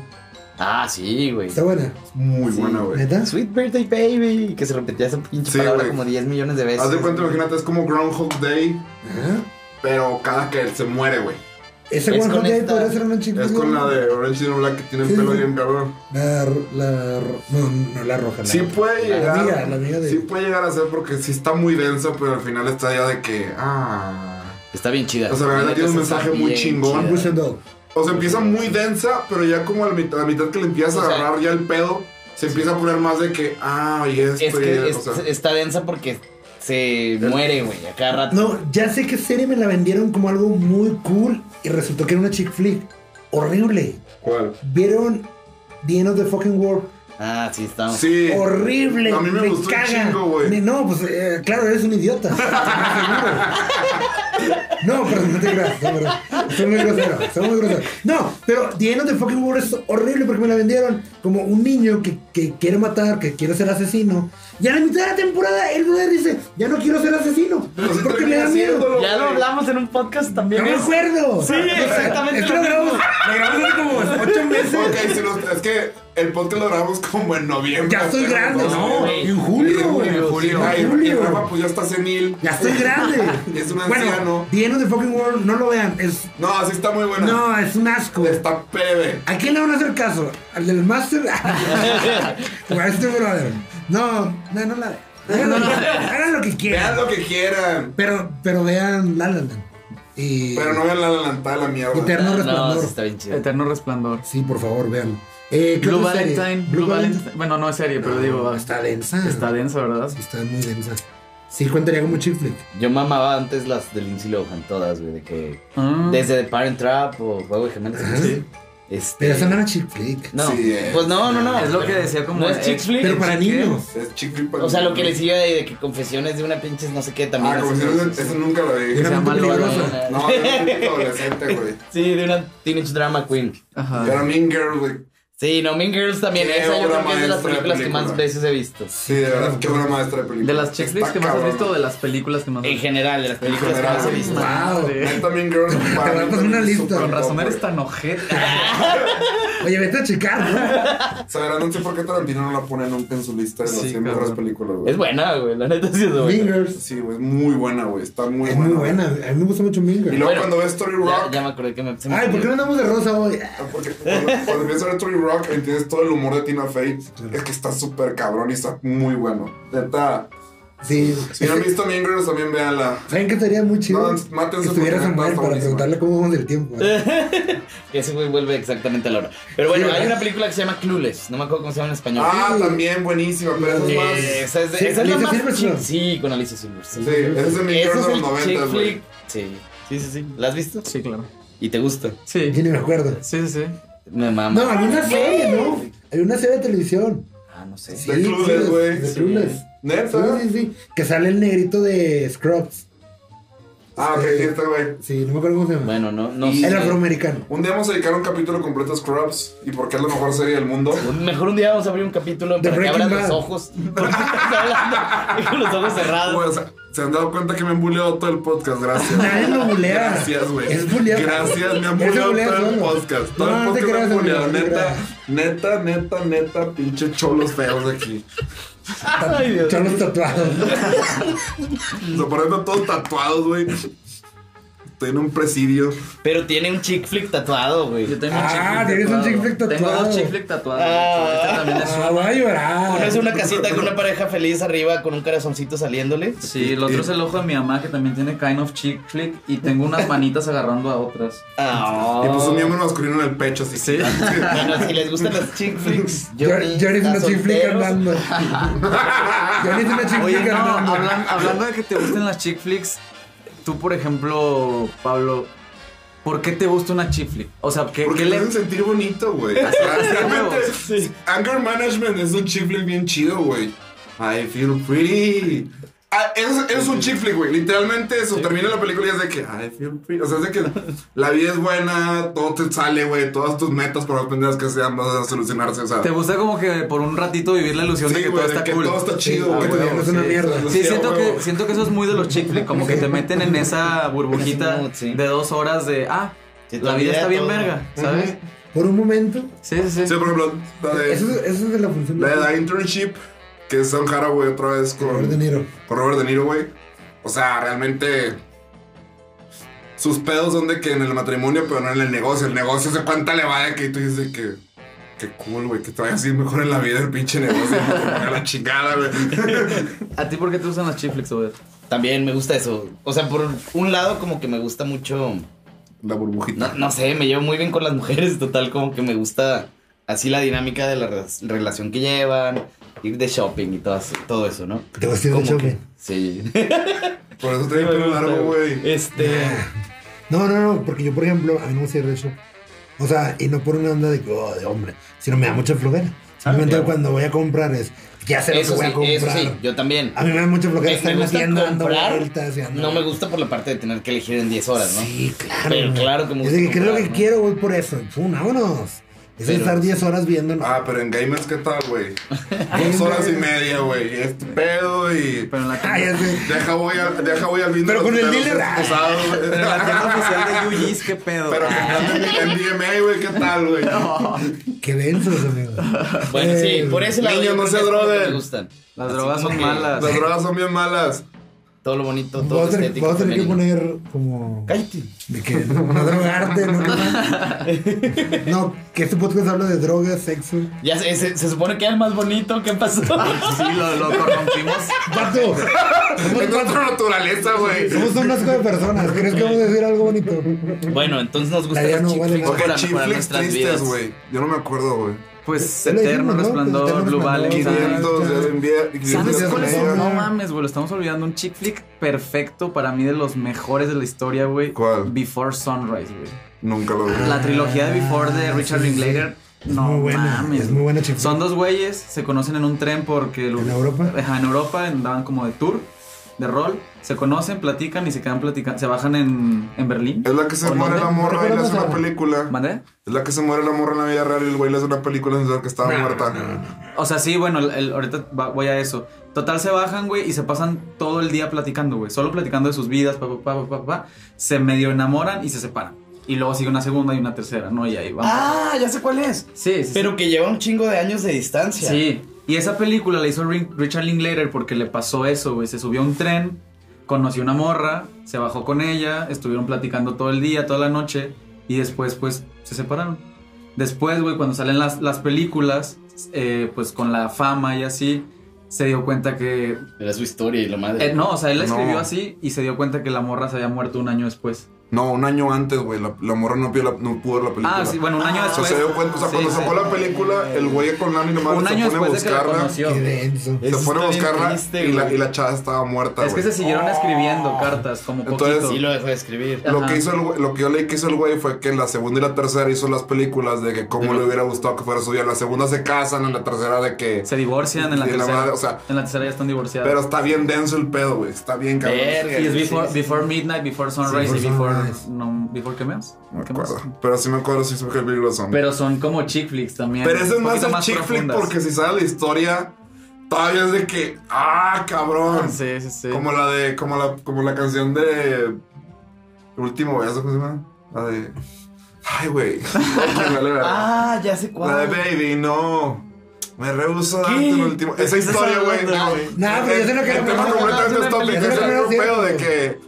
Ah, sí, güey. Está buena. Muy Sí. buena, güey. ¿Neta? Sweet Birthday Baby. Que se repetía esa pinche Sí, palabra güey. como 10 millones de veces. Haz de cuenta, imagínate, es como Groundhog Day, Ajá. pero cada que él se muere, güey. Ese Es One Hot con Day esta- podría ser una chica. Es con la de Orange is the New Black que tiene el Sí, pelo sí. bien cabrón. La, ro- la ro- no, no la roja. la- Sí puede la llegar. amiga, la amiga de- Sí puede llegar a ser porque sí está muy densa, pero al final está ya de que. Ah. Está bien chida. O sea, la verdad tiene un neta, está mensaje muy bien chingón. chida. Bush and Dog. O sea, empieza muy densa, pero ya como a la mitad, a la mitad que le empiezas O a sea, agarrar ya el pedo, se empieza a poner más de que. Ah, y esto Es y que el- es- o sea, está densa porque se muere, güey, a cada rato. No, ya sé que serie me la vendieron como algo muy cool y resultó que era una chick flick. Horrible. ¿Cuál? ¿Vieron The End of the Fucking World? Ah, sí, está. Sí. Horrible. A mí me, gustó un caga. chingo, güey. Me- No, pues eh, claro, eres un (laughs) idiota. no, pero no te creas. no, pero- Soy muy grosero. Soy muy grosero. No, pero The End of the Fucking World es horrible porque me la vendieron como un niño que, que quiere matar, que quiere ser asesino. Y a la mitad de la temporada, el brother dice: Ya no quiero ser asesino. Pero sí porque me Pues termina da miedo. haciéndolo, Ya lo güey. hablamos en un podcast también. No me ¿eh? acuerdo. Sí, exactamente Esto lo lo mismo. grabamos, lo grabamos hace como ocho meses. Ok, si los- es que el podcast lo grabamos como en noviembre. Ya estoy pero grande, ¿no? güey. En julio, güey. En julio. Ay, En Y julio. Rafa, pues ya está senil. Ya estoy grande. Es un bueno, anciano. The End of the Fucking World, no lo vean. Es, No, así está muy buena. no, es un asco. Está pebe. ¿A quién le van a hacer caso? ¿Al del Master? (laughs) ¿O a este brother? No, no, no la vean. Hagan, hagan lo que Vean quieran. lo que quieran. Pero, pero vean La La Land. Y Pero no vean la adelantada de la mierda. Eterno No, Resplandor. sí, está bien chida. Eterno Resplandor. Sí, por favor, vean. Eh, ¿qué Blue otra serie? Valentine. Blue, Valentine. Bueno, no es serie, pero digo. Está densa. Está densa, ¿verdad? Sí, está muy densa. Sí, cuentaría como chick flick. Yo mamaba antes las de Lindsay Lohan, todas, güey, de que. Ah. Desde The Parent Trap o Juego de Gemelas. ¿no? Sí. Este, Pero esa no era chick flick. No, Sí, es. pues no, no, no. Ah, Es lo que decía como. No es eh, chick flick. Pero para ¿sí que? niños. Es chicle O sea, lo que le sigue de, de que confesiones de una pinche no sé qué también. Ah, así, como si ¿no? no- eso nunca lo vi. Era llama muy Lola. peligrosa. No, era un tipo adolescente, güey. (laughs) Sí, de una Teenage Drama Queen. Ajá. Era Mean Girl, güey. Sí, no, Mean Girls también. Qué Esa yo obra creo que es de las maestra de películas que más película. veces he visto. Sí, de verdad, qué buena maestra de película. De las checklists Está que más has cabrón. visto, o de las películas que más has En visto. general, de las películas que general, más he sí. visto. Wow. Madre. Neta Mean (laughs) Girls. para voy a poner mí una también es lista. súper Con razón top, eres güey. tan (laughs) ojete. Oye, vete a checar, ¿no? O sea, de verdad, no sé por qué Tarantino no la pone nunca en su lista de las Sí, 100 mejores cabrón. películas, Es güey. buena, güey. La neta sí es (laughs) buena. Mingers. Sí, güey, es muy buena, güey. Está muy Es buena. muy güey. buena. A mí me gusta mucho Y Mingers. luego Bueno, cuando ves Story Ya, Rock, ya me acordé que me. se me Ay, ¿por qué no olvidó. andamos de rosa hoy? Porque cuando, cuando empiezas a ver Tony Rock, entiendes todo el humor de Tina Fey. Es que está súper cabrón y está muy bueno. Neta. Sí. Si no han visto Mean Girls, también véanla. ¿Saben que estaría muy chido? No, mátense que estuviera Samuel porque está para buenísima. preguntarle cómo vamos del tiempo. ¿eh? Que ese güey vuelve exactamente a la hora. Pero bueno, Sí, hay ¿verdad? una película que se llama Clueless. No me acuerdo cómo se llama en español. Ah, Sí. también buenísima, pero eso es más. Eh, esa es, de- Sí, esa es la Alicia más Silverstone. chi- Sí, con Alicia Silverstone. Sí, ese es el Mean Ese Girls es de el los 90, chick güey. flick. Sí. Sí, sí, sí. ¿La has visto? Sí, claro. ¿Y te gusta? Sí. Yo ni me acuerdo. Sí, sí, sí. Me mama. No, había una serie, ¿no? Había una serie de televisión. Ah, no sé. Sí, De Clueless, sí, güey. De Clueless. Neta. Sí, sí, sí. Que sale el negrito de Scrubs. Ah, ok, Sí. neta, güey. Sí, no me acuerdo cómo se llama. Bueno, no, no Y- sé. El afroamericano. Un día vamos a dedicar un capítulo completo a Scrubs y por qué es la mejor serie del mundo. Mejor un día vamos a abrir un capítulo The para que Breaking abras los Bad. ojos. (laughs) Porque estás hablando con los ojos Güey, cerrados. o sea, se han dado cuenta que me han bulleado todo el podcast, gracias. Nadie lo bulea. Gracias, güey. Es bulear. Gracias, me han Él se bulleado bulea todo el solo. podcast. Todo No, el no te podcast me han creas, amigo, bulleado. no te Neta, creas. neta, neta, neta, pinche cholos feos de aquí. Ay, Dios. Son los tatuados. Se ponen todos tatuados, güey. Estoy en un presidio. Pero tiene un chick flick tatuado, güey. Yo tengo Ah, un chick flick tienes un tatuado. chick flick Tengo tatuado. dos chick flick tatuados. Ah. Este también es Ah, voy a Uno llorar. es una casita con una pareja feliz arriba con un corazoncito saliéndole. pues Sí, el otro es el ojo de mi mamá que también tiene kind of chick flick y tengo unas manitas agarrando a otras. Ah. Y pues un miembro masculino en el pecho, así. (laughs) Sí. Bueno, si les gustan las (laughs) chick flicks, Johnny Johnny es está una chick flick soltero. andando. Johnny es una chick Oye, flick no, andando. hablan- hablando de que te gusten las chick flicks, tú por ejemplo, Pablo, ¿por qué te gusta una chick flick? O sea, ¿qué, Porque qué le le hacen sentir bonito, güey. O sea, Realmente, Anger Management es un chick flick bien chido, güey. I feel free. Ah, es, es un chick flick, güey. Literalmente eso. Termina la película y es de que I feel free. O sea, es de que la vida es buena, todo te sale, güey. Todas tus metas, por más pendejas que sean, vas a solucionarse. O sea, te gusta como que por un ratito vivir la ilusión sí, de que güey, todo de está que cool? todo está chido, Sí, güey. que tu vida no es una mierda. Sí, a siento huevo. que, siento que eso es muy de los chick flick, como que te meten en esa Ese burbujita mood, sí. de dos horas de, ah, Sí, te la olvida vida está bien todo. verga, ¿sabes? Por un momento. Sí, sí, Sí, sí. por ejemplo, la de, Eso, es- eso es de la función la de de la internship, que es Sam Haraway otra vez con. Robert De Niro. con Robert De Niro, güey. O sea, realmente. sus pedos son de que en el matrimonio, pero no en el negocio. El negocio se cuánta le va de que y tú dices de que. Qué cool, güey, que te vaya así mejor en la vida el pinche negocio. a la chingada, güey. ¿A ti por qué te gustan las chiflix, güey? También me gusta eso. O sea, por un lado como que me gusta mucho... La burbujita. No, no sé, me llevo muy bien con las mujeres, total, como que me gusta así la dinámica de la re- relación que llevan, ir de shopping y todo, así- todo eso, ¿no? ¿Te vas a ir de Como shopping? que- Sí. (laughs) Por eso trae el pelo largo, güey. Este... No, no, no, porque yo, por ejemplo, a mí no me cierra eso. O sea, y no por una onda de, que, oh, de hombre, sino me da mucha flojera. Simplemente claro. cuando voy a comprar es, ya sé lo que Eso voy a sí, eso comprar. sí, yo también. A mí me da mucha flojera Me- estar me en la gusta tienda dando comprar, vueltas y andando. No me gusta por la parte de tener que elegir en 10 horas, ¿no? Sí, claro. Pero güey. claro que me Es gusta de que creo lo comprar, que ¿no? quiero, voy por eso. Pum, vámonos. Es de Pero- estar 10 horas viendo. ¿no? Ah, pero en gamers, ¿qué tal, güey? Dos horas y media, güey. y Este pedo y. Pero en (laughs) la Ah, ya tienda, sé. Deja voy al, deja voy al Pero con el dealer. pero en la tienda oficial de UGs, qué pedo. (laughs) Ah, Pero que están en en DMA, güey, ¿qué tal, güey? Qué densos, amigos. Bueno, Eh, sí, por ese lado. niños, yo no creo que se es como que droguen. Me gustan. Las Así drogas como son que malas. Las drogas son bien malas. Todo lo bonito, todo Vamos a tener, estético. vamos a tener que femenino. poner como. Cállate. De que no, no drogarte, no que no. No, que este podcast habla de drogas, sexo. Ya se, se- se supone que era el más bonito. ¿Qué (laughs) pasó? Sí, lo, lo corrompimos. ¡Pato! Es otra naturaleza, güey. Somos un asco de personas. ¿Crees que vamos a decir algo bonito? bueno, entonces nos gusta La idea las no chick vale flicks nada. Porque para mejorar chifles nuestras tristes, vidas. güey. Yo no me acuerdo, güey. Pues Ya lo Eterno dijimos, ¿no? Resplandor, Eterno Blue Resplandor. Valley. ¿sabes? 500, días de invierno. ¿Sabes Dios cuál es? mío. No mames, güey. Lo estamos olvidando. Un chick flick perfecto para mí de los mejores de la historia, güey. ¿Cuál? Before Sunrise, güey. Nunca lo vi. La trilogía de Before de Ah, Richard sí, sí, sí. Linklater. Es No muy buena, mames. es muy buena chick güey. flick. Son dos güeyes, se conocen en un tren porque. el- ¿En Europa? Ajá, en Europa, andaban como de tour, de rol. Se conocen, platican y se quedan platicando. Se bajan en, en Berlín. Es la que se ¿O muere dónde? la morra y le hace ¿Recuerdas una a- película. ¿Mandé? Es la que se muere la morra en la vida real y el güey le hace una película en la que estaba muerta. O sea, sí, bueno, el- el- ahorita va- voy a eso. Total, se bajan, güey, y se pasan todo el día platicando, güey. Solo platicando de sus vidas, pa, pa, pa, pa, pa, pa. Se medio enamoran y se separan. Y luego sigue una segunda y una tercera, ¿no? Y ahí vamos. Ah, ya sé cuál es. sí, sí. Pero que lleva un chingo de años de sí. distancia. Sí. Y esa película la hizo Rin- Richard Linklater porque le pasó eso, güey. Se subió a un tren, conoció una morra, se bajó con ella, estuvieron platicando todo el día, toda la noche, y después, pues, se separaron. Después, güey, cuando salen las, las películas, eh, pues con la fama y así, se dio cuenta que Era su historia y la madre. Eh, no, o sea, él la escribió No. así y se dio cuenta que la morra se había muerto un año después. No, un año antes, güey. La, la morra no, vio la- no pudo ver la película. Ah, sí, bueno, un año O sea, después. se dio cuenta, o sea, Sí, cuando sí. sacó la película, el güey con Lani nomás Un se año pone a después de que la buscarla. conoció. Qué denso. Se Eso pone a está bien buscarla triste, y la, güey. y la chava estaba muerta. Es que se güey. siguieron escribiendo cartas, como Entonces- poquito. Y lo dejó de escribir. Ah. Lo Ajá. que, hizo el güey- lo que yo leí que hizo el güey fue que en la segunda y la tercera hizo las películas de que cómo le hubiera gustado que fuera su vida. En la segunda se casan, en la tercera de que... Se divorcian en la Y la tercera. madre, o sea- en la tercera ya están divorciados. Pero está bien denso el pedo, güey. Está bien cabrón. Verga. y es before, Sí, sí. before Midnight, Before Sunrise Before y Before. Sunrise. No, ¿Before qué más? No me ¿Qué más? acuerdo. Pero sí me acuerdo si fue que películas son. Pero son como chick flicks también. Pero eso es un más poquito el chick flick profundas. porque si sabe la historia, todavía es de que... ¡Ah, cabrón! Sí, sí, sí. Como la de... Como la, como la canción de... El último beso, ¿cómo se llama? La de... Ay, güey. (laughs) La de- Ah, ya sé La de cuál. Baby, no. Me rehuso a ¿Qué? darte el último. Esa ¿Qué estás historia, güey. hablando, No, güey? No, pero yo sé lo que El era, tema pero- completamente no, es no, tópico. yo sé lo Es que el era otro pedo de cierto. que.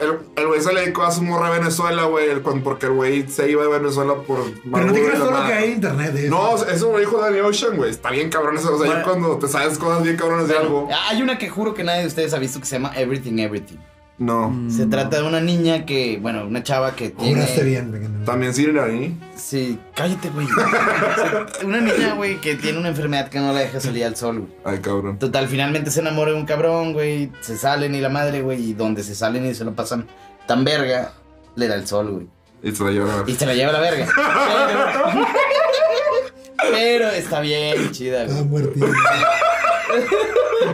El, el güey se le dedicó a su morra a Venezuela, güey. el- cuando- Porque el güey se iba de Venezuela por. Pero no Maduro te y creas la todo lo madre. que hay en internet. eh. No, eso me dijo Danny Ocean, güey. Está bien cabrón eso. O sea, ya Bueno. cuando te sabes cosas bien cabronas de algo. Hay una que juro que nadie de ustedes ha visto que se llama Everything Everything. No. Se trata de una niña que, bueno, Mm. una chava que tiene. Juraste bien. pequeño. También sirve Dani. Sí, cállate, güey. (laughs) una niña, güey, que tiene una enfermedad que no la deja salir al sol, güey. Ay, cabrón. Total, finalmente se enamora de un cabrón, güey. Se salen y la madre, güey. Y donde se salen y se lo pasan tan verga, le da el sol, güey. Y se la lleva. Y se la lleva a la verga. Pero, pero está bien, chida, Estaba güey. muerto.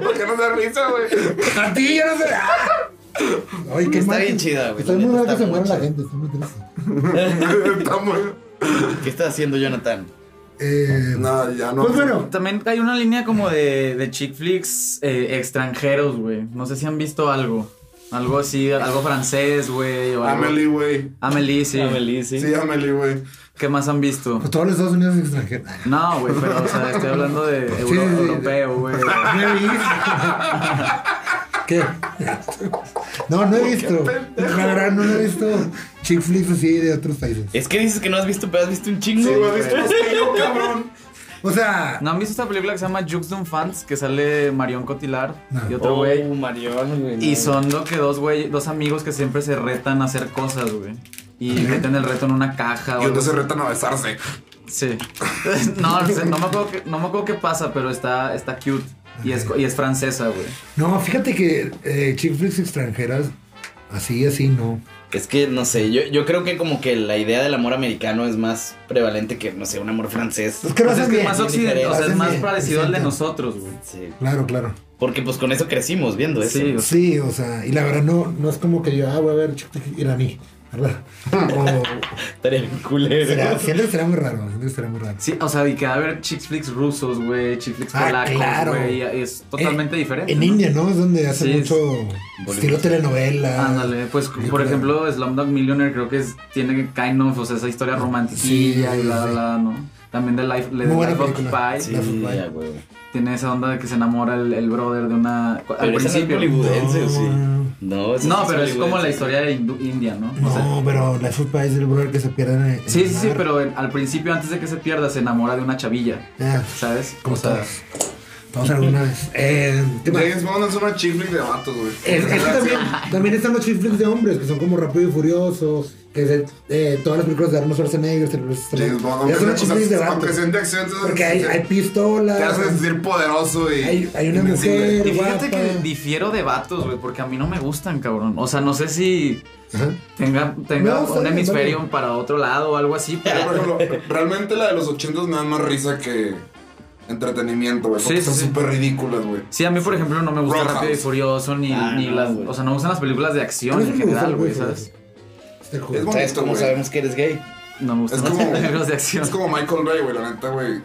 ¿Por qué no da risa, güey? (laughs) A ti ya no sé. ¡Ah! Ay, qué Está mal. bien chida, güey. Está La muy neta mal que está se muera muy la chida. gente. Está muy triste. Está muy- ¿Qué está haciendo Jonathan? Eh, No, ya no. Pues bueno. También hay una línea como de, de chick flicks eh, extranjeros, güey. No sé si han visto algo. Algo así, algo francés, güey. o algo- Amelie, güey. Amelie, sí. Sí, Amelie, güey. ¿Qué más han visto? Pues todos los Estados Unidos extranjeros. No, güey, (laughs) pero o sea, estoy hablando de euro- (laughs) Sí, sí, sí. europeo, güey. Very easy. ¿Qué? No, no he visto. La verdad, no he visto chick flicks así de otros países. Es que dices que no has visto, pero has visto un chingo. Sí, güey, ¿viste? Es que yo, cabrón. O sea, ¿No han visto esta película que se llama Jukes Don't Fans? Que sale Marion Cotillard No. y otro Oh, güey. Marión, güey. Y no. son lo que dos güey, dos amigos que siempre se retan a hacer cosas, güey. Y meten el reto en una caja. o Y algo entonces se retan a besarse. Sí. (laughs) No, no, sé, no me acuerdo qué, no me acuerdo qué pasa, pero está, está cute. Y es, y es francesa, güey. no, fíjate que eh, chick flicks extranjeras, así, así, no. Es que no sé, yo, yo creo que como que la idea del amor americano es más prevalente que, no sé, un amor francés. Es que lo Pues es hacen que es bien. más occ- occidental, o sea, es Hacen más bien, parecido al de exacto. nosotros, güey. Sí. Claro, claro. Porque pues con eso crecimos viendo eso. Sí, o sea, Sí, o sea, y la verdad no, no es como que yo, ah, voy a ver chick flicks iraní, (laughs) ¿verdad? O, Estaría bien culero. será, siempre será muy raro, siempre será muy raro. sí, o sea, y que va a haber chick flicks rusos, güey, chick flicks Ah, polacos, claro. güey. y Es totalmente Eh, diferente. En ¿no? India, ¿no? Es donde hace Sí, es- mucho estilo telenovela. Ándale, pues por ejemplo, Slumdog Millionaire creo que es, tiene kind of, o sea, esa historia romántica Sí, y bla, bla, sí. bla, ¿no? También de Life, de Muy buena Life película. Occupy, Sí, La fútbol. ya, güey. tiene esa onda de que se enamora el, el brother de una... al Pero esa no es principio. hollywoodense, No. ¿o sí? No, esa No, sí pero es como la hollywoodense. historia de hindu- India, ¿no? O sea, No, pero la culpa es del brother que se pierde en el sí, sí, sí, mar. pero en- al principio, antes de que se pierda, se enamora de una chavilla, Ah, ¿sabes? como o sea, todos. Todos alguna vez. Eh, ¿qué más? James Bond es una chiflick de vatos, güey. Es- es que también, también están los chick flicks de hombres, que son como Rápido y Furioso, que se- eh, todas las películas de Arnold Schwarzenegger, se les- se les- James Bond, ya aunque son sea- los chick flicks de o sea, vatos. aunque sean de acción, entonces- Porque hay, hay pistolas, Te hace sentir poderoso y. hay, hay una invencible. mujer Y fíjate guapa. que difiero de vatos, güey, porque a mí no me gustan, cabrón. O sea, no sé si Ajá. tenga, tenga No, está un bien, hemisferio vale. para otro lado o algo así, Pero, pero... por ejemplo, realmente la de los 80 me da más risa que entretenimiento, güey. Porque Sí, son sí, sí. súper ridículas, güey. Sí, a mí, por ejemplo, no me gusta Roadhouse. Rápido y Furioso ni, Ah, ni no, las... güey. O sea, no me gustan las películas de acción A mí sí en me gusta general, el güey, Furioso. ¿sabes? Está cool. Es bonito, ¿Sabes cómo güey. sabemos que eres gay? No me Es gustan como, las películas de (laughs) acción. Ah, es como Michael Bay, güey, la neta, güey.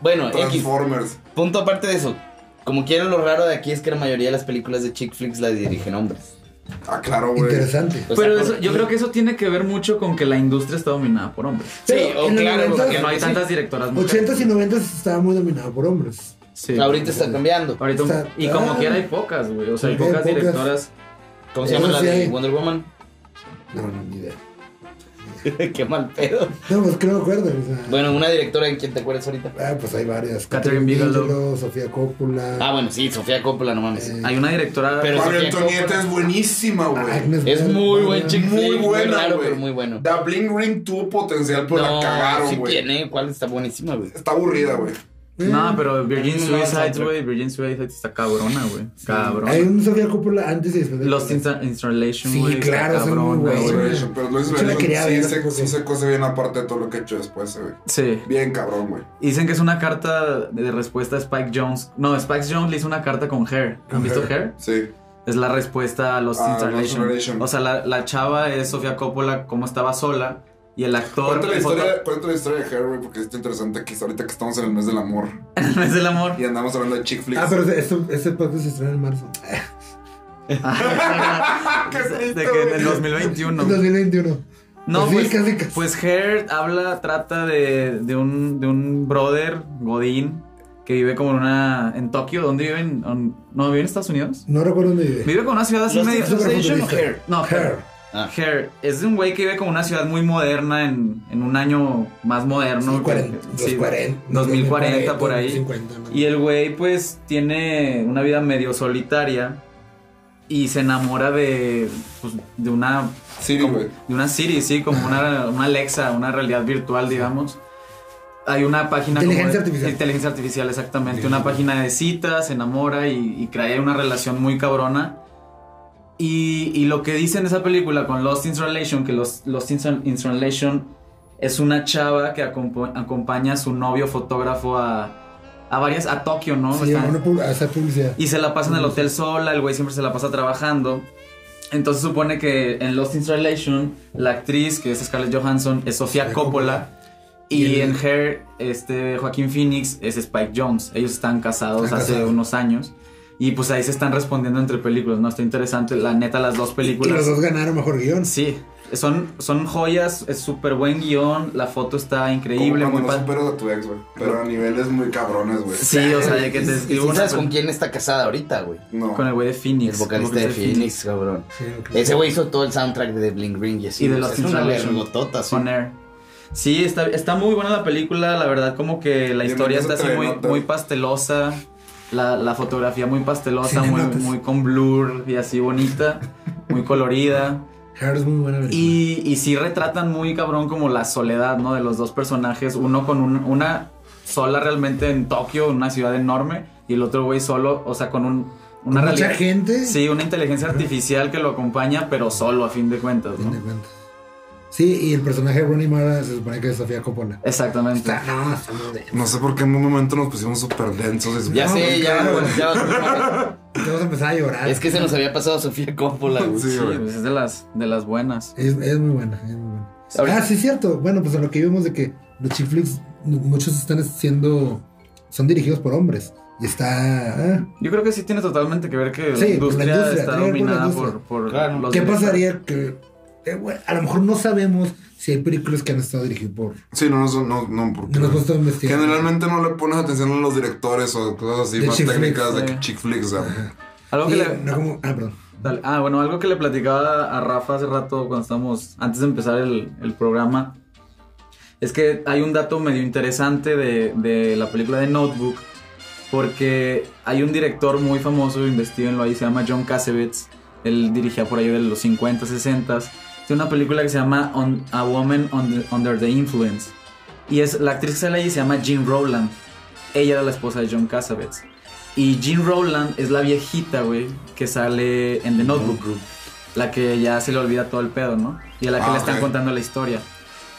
Bueno, X, Transformers. punto aparte de eso. Como quiero, lo raro de aquí es que la mayoría de las películas de chick flicks las dirigen hombres. Ah, claro, güey. Interesante. O sea, Pero por- eso, yo creo que eso tiene que ver mucho con que la industria está dominada por hombres. Sí, Pero o en los claro, noventas- porque Que no hay sí. tantas directoras mujeres. 80s y 90s estaba muy dominado por hombres. Sí. Ahorita está cambiando. Ahorita- Está- y como ah. quiera hay pocas, güey. O sea, hay Hay pocas pocas. directoras. ¿Cómo se llama Eso la sí de hay. Wonder Woman? (laughs) No, no, ni idea. Qué mal pedo. No, pues creo que me acuerdo. o sea. Bueno, una directora en quien te acuerdas ahorita. Ah, pues hay varias. Catherine Bigelow. Sofía Coppola. Ah, bueno, sí, Sofía Coppola, no mames. Eh, Hay una directora. Pero- María Sofía Antonieta Coppola. es buenísima, güey. Agnes es Varda. muy buen chick Muy flick, muy buena, raro, güey. pero muy bueno. Da Bling Ring tuvo potencial, pero no, la cagaron, sí güey. tiene, cuál está buenísima, güey. Está aburrida, güey. Eh. No, pero Virgin No, Suicide, no, güey. Virgin Suicide está cabrona, güey. Hay Cabrona. un Sofía Coppola antes y después. de- Los Installation, Sí, güey. está claro, son muy cabrón, buenos, güey. güey. Pero Luis Yo la quería Beltrán sí ver, se, porque- sí se cose bien aparte de todo lo que he hecho después, güey. Sí. Bien cabrón, güey. Dicen que es una carta de respuesta a Spike Jones. No, Spike Jones le hizo una carta con Hair. ¿Han Con visto Hair. Hair? Sí. Es la respuesta a Lost Ah, in Lost in Translation. Translation. O sea, la, la chava es Sofía Coppola, como estaba sola. Y el actor. Cuéntale la, el foto- historia, cuéntale la historia de Hair, güey, porque está interesante aquí, ahorita que estamos en el mes del amor (laughs) No es el amor. y andamos hablando de chick flicks. Ah, pero este, este podcast se estrena en marzo. Ah, Qué De triste, que en güey. el 2021. 2021. No, Pues pues, sí, casi, casi. pues Heard habla, trata de, de, un, de un brother, Godín, que vive como en una. en Tokio, ¿dónde vive? En- en- no, vive en Estados Unidos. No recuerdo dónde vive. Vive como una ciudad así Los medio. Simpsons. Translation o Hair? No, Heard. Her. Ah. Hair es de un güey que vive como una ciudad muy moderna en, en un año más moderno. Sí, 40, Sí, 2040, 2040 por ahí. 2050, ¿no? Y el güey pues tiene una vida medio solitaria y se enamora de, pues, de una... Sí, como- güey. de una Siri, sí, como una, una Alexa, una realidad virtual, digamos. Hay una página... como Inteligencia de- artificial. Inteligencia artificial, exactamente. Una página de citas, se enamora y, y crea una relación muy cabrona. Y, y lo que dice en esa película con Lost in Translation, que los, Lost in, Tran- in Translation es una chava que acompo- acompaña a su novio fotógrafo a, a varias, a Tokio, ¿no? Sí, Están- a una pub- a hacer publicidad. y se la pasa en el hotel sola, el güey siempre se la pasa trabajando. Entonces supone que en Lost in Translation, la actriz, que es Scarlett Johansson, es Sofía Sofía Coppola. Coppola. Y Y el- en Her, este, Joaquín Phoenix es Spike Jones. Ellos están casados Están hace casados. unos años. Y pues ahí se están respondiendo entre películas, ¿no? Está interesante, la neta, las dos Y los películas. dos ganaron mejor guión. Sí, Son, son joyas, es súper buen guión, la foto está increíble, Como muy cuando no padre. superas a tu ex, güey. Pero a niveles muy cabrones, güey. Sí, o sea, de que te Y- y escribo sí una sabes con quién está casada ahorita, güey. No. con el güey de Phoenix. El vocalista de Phoenix, cabrón. Sí, ok. Ese güey hizo todo el soundtrack de Blink Ring y así. Y de o sea, es los una Insolation. vergotota, sí. On Air. Sí, está, está muy buena la película, la verdad como que la Y historia empieza está así muy, telenovela. muy pastelosa, la, la fotografía muy pastelosa, muy, Cinenotas. muy con blur y así bonita, (laughs) muy colorida. Hair es muy buena película. Y, y sí retratan muy cabrón como la soledad, ¿no? De los dos personajes, uno con un- una sola realmente en Tokio, una ciudad enorme, y el otro güey solo, o sea, con un, Mucha una realidad. gente. Sí, una inteligencia artificial que lo acompaña, pero solo a fin de cuentas, Fin de pues, ¿no? cuentas. Sí, y el personaje de Rooney Mara se supone que es Sofía Coppola. Exactamente. Está, no, está muy de- No sé por qué en un momento nos pusimos súper densos. Ya No, sé, ya, claro, bueno, güey. (laughs) ya. Te vas a empezar a llorar. Es que se nos había pasado Sofía Coppola, güey. Sí, Sí, güey. pues es de las, de las buenas. Es, es muy buena, es muy buena. Ahorita- Ah, sí, es cierto. Bueno, pues en lo que vimos de que los chick flicks, m- muchos están siendo. son dirigidos por hombres. Y está. ah, Yo creo que sí tiene totalmente que ver que Sí, la, industria la industria, está tiene que ver con la dominada industria. por, por Claro. los ¿Qué directores. pasaría que. eh, bueno, a lo mejor no sabemos si hay películas que han estado dirigidas por. Sí, no, no, no, no, porque No nos gusta investigar. Generalmente no le pones atención a los directores o cosas así De más chick técnicas flicks, de eh. que chick flicks. o sea. Algo que Sí, le- no como- ah, perdón. Dale. Ah, bueno, algo que le platicaba a Rafa hace rato cuando estábamos, antes de empezar el, el programa, es que hay un dato medio interesante de, de la película de Notebook, porque hay un director muy famoso, investiguenlo ahí, se llama John Cassavetes, él dirigía por ahí de los 50, 60, tiene una película que se llama On- A Woman on the- Under the Influence, y es la actriz que sale ahí se llama Jean Rowland, ella era la esposa de John Cassavetes. Y Jean Rowland es la viejita, güey, que sale en The Notebook. La que ya se le olvida todo el pedo, ¿no? Y a la que Ah, le están ok. contando la historia.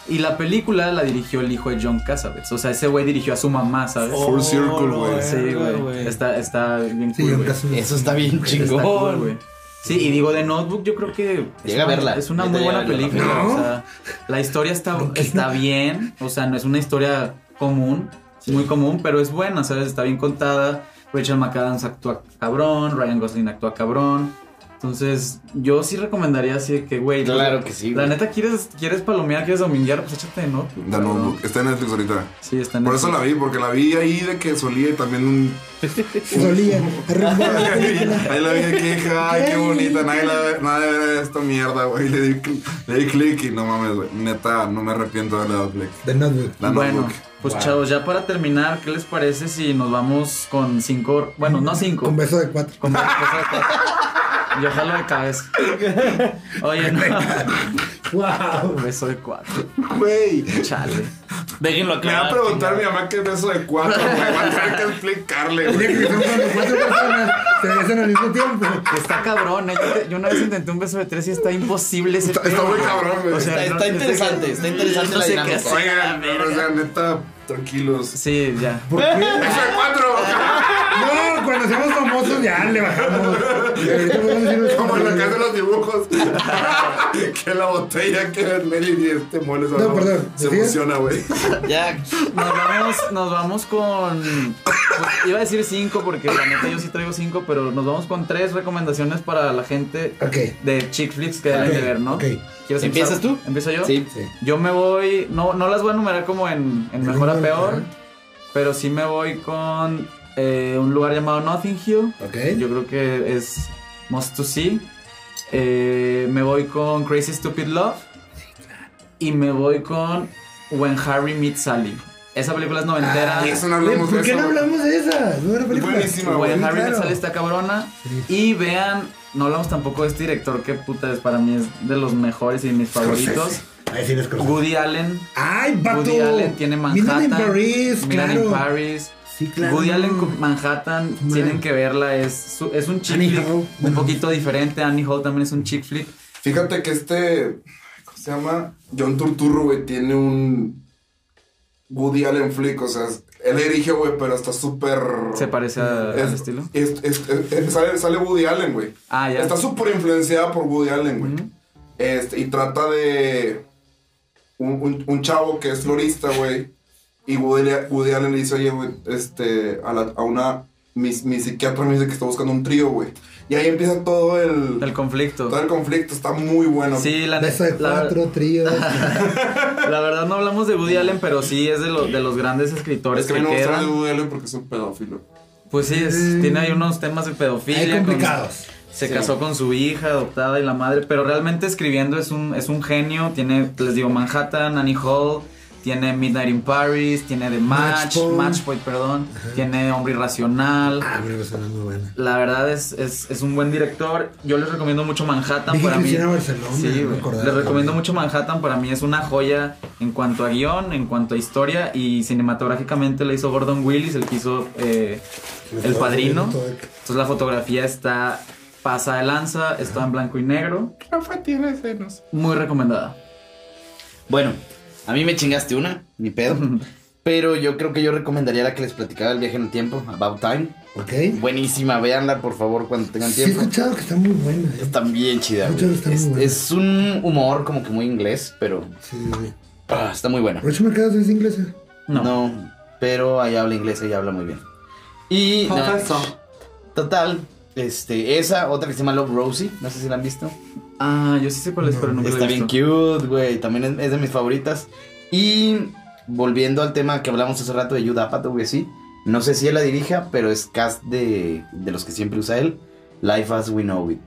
Y la película la dirigió el hijo de John Casavetes. O sea, ese güey dirigió a su mamá, ¿sabes? Full circle, Oh, güey. sí, güey. Está, está bien Sí, cool, en güey. caso de- Eso está bien Está chingón. (laughs) cool, güey. Sí, y digo, de Notebook yo creo que... es Llega a una- verla. Es una Neta, muy buena llega a verla. película. No. O sea, la historia está, ¿Por qué no? está bien. O sea, no es una historia común, muy común, pero es buena, ¿sabes? Está bien contada. Rachel McAdams actúa cabrón, Ryan Gosling actúa cabrón. Entonces, yo sí recomendaría así que, güey... pues, Claro que sí, La güey. neta, ¿quieres, quieres palomear, quieres dominguear? Pues échate de Notebook. The cabrón. Notebook. Está en Netflix ahorita. Sí, está en Por el- eso la vi, porque la vi ahí de que solía y también un. Solía. arrumbó la película. (laughs) ahí la vi de que, ay, qué bonita. Nadie la ve, nadie ve esta mierda, güey. Le di, cl- le di click y no mames, güey. Neta, no me arrepiento de haberle dado click. The Notebook. La Bueno, notebook. pues chavos, ya para terminar, ¿qué les parece si nos vamos con cinco? Bueno, no cinco. Con beso de cuatro. con- Yo jalo de cabeza. (laughs) Oye, no. Wow. Un beso de cuatro. Güey. Chale. Déjenlo Me va a aclarar. preguntar mi mamá qué es eso de cuatro, güey. Va a tener que explicarle, Oye, güey. que son cuando cuatro personas se besan al mismo tiempo. Está cabrón, ¿eh? yo, te- yo una vez intenté un beso de tres y está imposible (laughs) ese Está- está pedo, muy güey. cabrón, güey. Está- está no- interesante, está interesante no la sé qué dinámica. hacer. Oigan, pero, o sea, neta, tranquilos. Sí, ya. ¿Por qué? ¡Eso de cuatro! (laughs) No, cuando seamos famosos ya le bajamos. Eh, Y ahorita podemos decirnos Como en la casa de los dibujos. (laughs) que la botella que Nelly y este mole No, perdón, se ¿decías? emociona, güey. Ya. Nos vamos, nos vamos con. pues, iba a decir cinco porque la neta yo sí traigo cinco, pero nos vamos con tres recomendaciones para la gente Ok. de chick flicks que deben Ok, de ver, ¿no? ok. ¿Quieres ¿Empiezas empezar? tú? ¿Empiezo yo? Sí. Sí. Yo me voy. No, no las voy a enumerar como en, en Del mejor uno a al- peor. ajá. Pero sí me voy con eh, un lugar llamado Nothing Hill. Ok. Yo creo que es Must to See. Eh, me voy con Crazy Stupid Love. Y me voy con When Harry Meets Sally. Esa película es noventera. Ah, Y eso no hablamos ¿Por de qué eso. no hablamos de esa? No era película. Buenísima, When güey. Sí, Harry Met claro. Sally está cabrona. Sí. Y vean, no hablamos tampoco de este director que puta es para mí es de los mejores y de mis favoritos. Ahí sí les conozco. Woody Allen. Ay, vato. Woody Allen tiene Manhattan. Midnight in Paris, Midnight claro. in Paris. Sí, claro. Woody Allen con Manhattan, Man. tienen que verla, es, su- es un chick Annie flick Hall, un bueno. poquito diferente, Annie Hall también es un chick flick. Fíjate que este. ¿Cómo se llama? John Turturro, güey, tiene un. Woody Allen Flick, o sea, es- él dirige, güey, pero está súper. Se parece a- al estilo. es- es- es- es- sale, sale Woody Allen, güey. Ah, ya. Está súper influenciada por Woody Allen, güey. Este, y trata de un, un- un chavo que es florista, güey. Y Woody, Woody Allen le dice, oye, güey, este, a, la- a una mi, mi psiquiatra me dice que está buscando un trío, güey. Y ahí empieza todo el, El conflicto. todo el conflicto, está muy bueno. Sí, la, Beso de la- cuatro (laughs) tríos. la verdad no hablamos de Woody Allen, pero sí es de, los de los grandes escritores es que a mí que no me gusta quedan. hablar de Woody Allen porque es un pedófilo. Pues sí, es- Mm. tiene ahí unos temas de pedofilia. Hay con- complicados. se Sí. casó con su hija adoptada y la madre, pero realmente escribiendo es un, es un genio. Tiene, les digo, Manhattan, Annie Hall, tiene Midnight in Paris, tiene The Match, Matchpoint. Matchpoint, perdón, tiene Hombre Irracional. Ah, me pues, suena muy buena. La verdad es, es, es un buen director. Yo les recomiendo mucho Manhattan Dije para mí. Cristina Barcelona, Sí, no me güey. acordaba les recomiendo también. mucho Manhattan. Para mí es una joya en cuanto a guión, en cuanto a historia y cinematográficamente la hizo Gordon Willis, el que hizo eh, El Padrino. Entonces la fotografía está pasada de lanza, está en blanco y negro. No fue, tiene senos. Muy recomendada. Bueno, a mí me chingaste una, ni pedo. (laughs) Pero yo creo que yo recomendaría la que les platicaba el viaje en el tiempo, About Time. Ok. Buenísima, véanla por favor cuando tengan Sí, he tiempo. escuchado que está muy buena. eh. Está bien chida. güey. Escuchado, está muy Es, buena. es un humor como que muy inglés, pero Sí, sí. ah, está muy buena. Rachel Mercado es inglesa. No. No, pero ahí habla inglés, ella habla muy bien. Y no, total, este, esa otra que se llama Love Rosie, no sé si la han visto. Ah, yo sí sé cuál es, No. pero nunca la Está he bien visto. cute, güey. También es, es de mis favoritas. Y volviendo al tema que hablamos hace rato de Yudapato, güey, sí. No sé si él la dirija, pero es cast de, de los que siempre usa él. Life as we know it.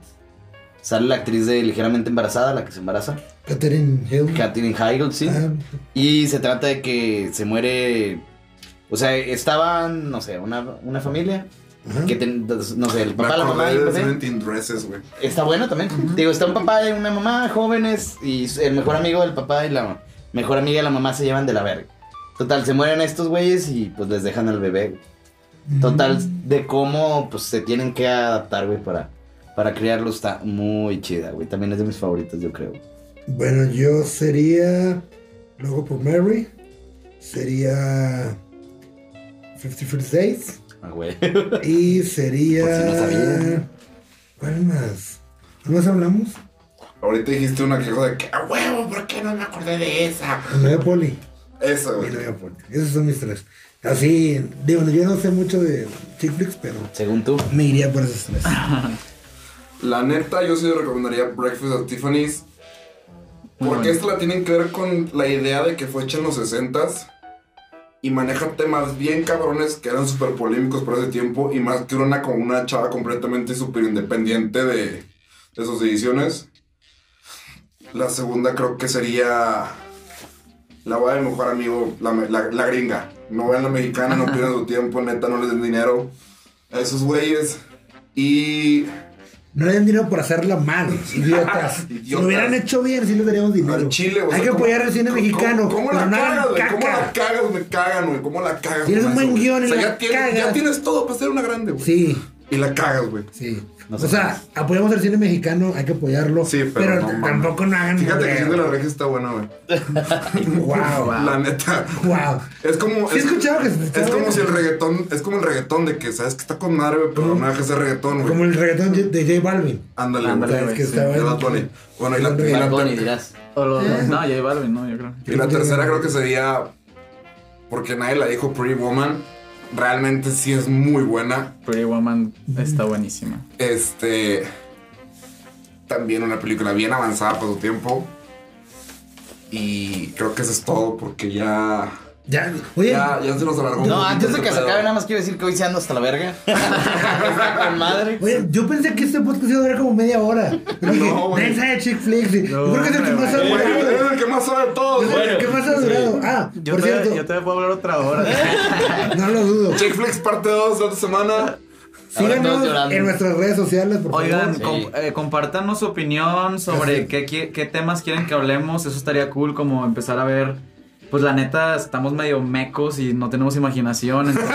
Sale la actriz de Ligeramente Embarazada, la que se embaraza. Catherine Hill. Katherine Heigl, sí. Ah, Y se trata de que se muere. O sea, estaban, no sé, una, una familia. ajá. Que ten- no sé, el Me papá, la mamá y el acordé de bebé. Seventeen Dresses, güey. Está bueno también. Digo, está un papá y una mamá jóvenes y el mejor amigo del papá y la mejor amiga de la mamá se llevan de la verga. Total, se mueren estos güeyes y pues les dejan al bebé. Total, Mm. de cómo pues se tienen que adaptar, güey, para, para criarlo está muy chida, güey. También es de mis favoritas, yo creo. Bueno, yo sería. Luego por Mary. Sería. Fifty First Days. Ah, güey. Y sería. Por si no sabían. ¿Cuál más? ¿No más hablamos? Ahorita dijiste una queja de que, ¡a huevo! ¿Por qué no me acordé de esa? La de Poli. Esa, Y güey. la de Poli. Esos son mis tres. Así, digo, yo no sé mucho de chick flicks, pero (laughs) Según tú. me iría por esos tres. La neta, yo sí le recomendaría Breakfast at Tiffany's. Muy Porque bueno. esta la tienen que ver con la idea de que fue hecha en los 60s. Y maneja temas bien cabrones que eran súper polémicos por ese tiempo. Y más que una con una chava completamente súper independiente de, de sus ediciones. La segunda creo que sería la voy de mi mejor amigo, la, la- la gringa. No vean la mexicana, no pierdan su tiempo, neta, no les den dinero. A esos güeyes. Y No le den dinero por hacerla (laughs) mal, idiotas. Si Idiotas. lo hubieran hecho bien, sí le daríamos dinero. Al chile, güey. Hay que apoyar al cine mexicano. ¿Cómo, pero la no hagan cagas, güey? ¿Cómo caca. la cagas? Me cagan, güey. ¿Cómo la cagas? Tienes con un eso, buen güey? guión y O sea, la ya tienes, ya cagas. tienes todo para ser una grande, güey. Sí, Y la cagas, güey. sí. No o sea, apoyamos al cine mexicano, hay que apoyarlo. Sí, pero no mames. tampoco no hagan. Fíjate que Haciendo la Regia está buena, güey. (laughs) Wow, (laughs) La neta. wow. Es como. Sí he es, escuchado que se- es como si el reggaetón. Es como el reggaetón de que sabes que está con madre, güey, pero no me dejes ese reggaetón, Como güey. el reggaetón de J Balvin. Ándale, güey. Ándale, ¿Sabes güey, que sí. estaba De en- Bad Bunny. Bueno, y la, y la- Bad Bunny, dirás. O los dos. No, J Balvin, no, yo creo. Y la tercera creo que sería. Porque nadie la dijo Pretty Woman. Realmente sí es muy buena. Pretty Woman está buenísima. Este. También una película bien avanzada para su tiempo. Y creo que eso es todo porque ya. Ya, oye, Ya, ya se nos alargó. un No, poquito antes de este que se pedo. acabe, nada más quiero decir que hoy se ando hasta la verga. (laughs) Está con madre. oye, yo pensé que este podcast iba a durar como media hora. Pero dije, No, güey. nadie sabe de chick flicks. y- No, yo creo que es el que hombre, más ha Güey, durado. eres el que más sabe de todos, güey. ¿Qué más ha durado? Ah, Yo por todavía, cierto, yo todavía puedo hablar otra hora. no lo dudo. Checkflix parte 2 de otra semana. Ahora todos Síganos llorando. en nuestras redes sociales, por favor. (laughs) Oigan, Sí. com- eh, compártanos su opinión sobre Así. qué, qui- qué temas quieren que hablemos. Eso estaría cool, como empezar a ver. Pues la neta, estamos medio mecos y no tenemos imaginación. entonces,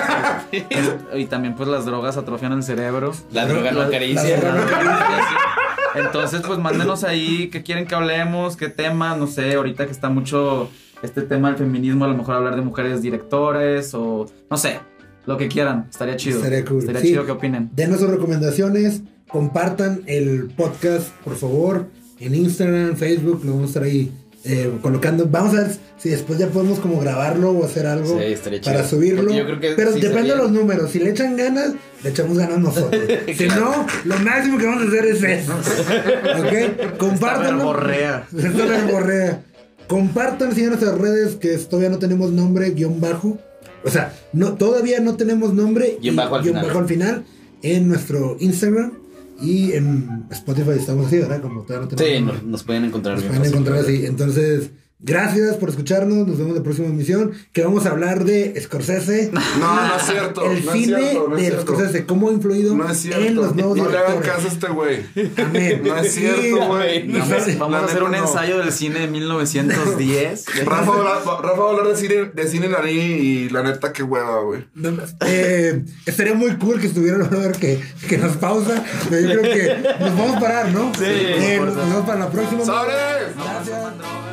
es- y también, pues las drogas atrofian el cerebro. La droga no La- acaricia. la droga (laughs) no acaricia, sí. Entonces, pues mándenos ahí qué quieren que hablemos, qué temas. No sé, ahorita que está mucho este tema del feminismo, a lo mejor hablar de mujeres directores o no sé, lo que quieran. Estaría chido. Estaría cool, Estaría sí. chido que opinen. Denos sus recomendaciones, compartan el podcast, por favor, en Instagram, Facebook, lo vamos a estar ahí eh, colocando. Vamos a ver si después ya podemos como grabarlo o hacer algo Sí, estaría chido. para subirlo. Porque yo creo que Pero sí depende de sería- los números. Si le echan ganas, le echamos ganas (laughs) nosotros. si no, lo máximo que vamos a hacer es eso. ¿Ok? Compártanlo. verborrea. Esta verborrea. Compartan, en nuestras redes que es- todavía no tenemos nombre, guión bajo. O sea, no, todavía no tenemos nombre Guión bajo al final. bajo al final en nuestro Instagram y en Spotify estamos así, ¿verdad? Como todavía no Sí, tenemos no- nombre. nos, pueden encontrar Nos bien pueden fácil. encontrar así. Entonces, gracias por escucharnos. Nos vemos en la próxima emisión. Que vamos a hablar de Scorsese. (laughs) No, no es cierto. El no es cine cierto, no es de cierto. Scorsese. ¿Cómo ha influido No es en cierto. los nuevos No le hagan directores? caso a este güey. Amén. No es cierto, Y- güey. No, Vamos, sé. vamos a La hacer neta, un no. ensayo del cine de 1910. Rafa, va- va- Rafa va a hablar de cine, de cine narí y la neta, qué hueva, güey. No, eh, estaría muy cool que estuvieran a ver que, que nos pausa. Pero yo creo que nos vamos a parar, ¿no? Sí, Eh, por nos favor. vemos para la próxima. ¡Sobres! Gracias. No.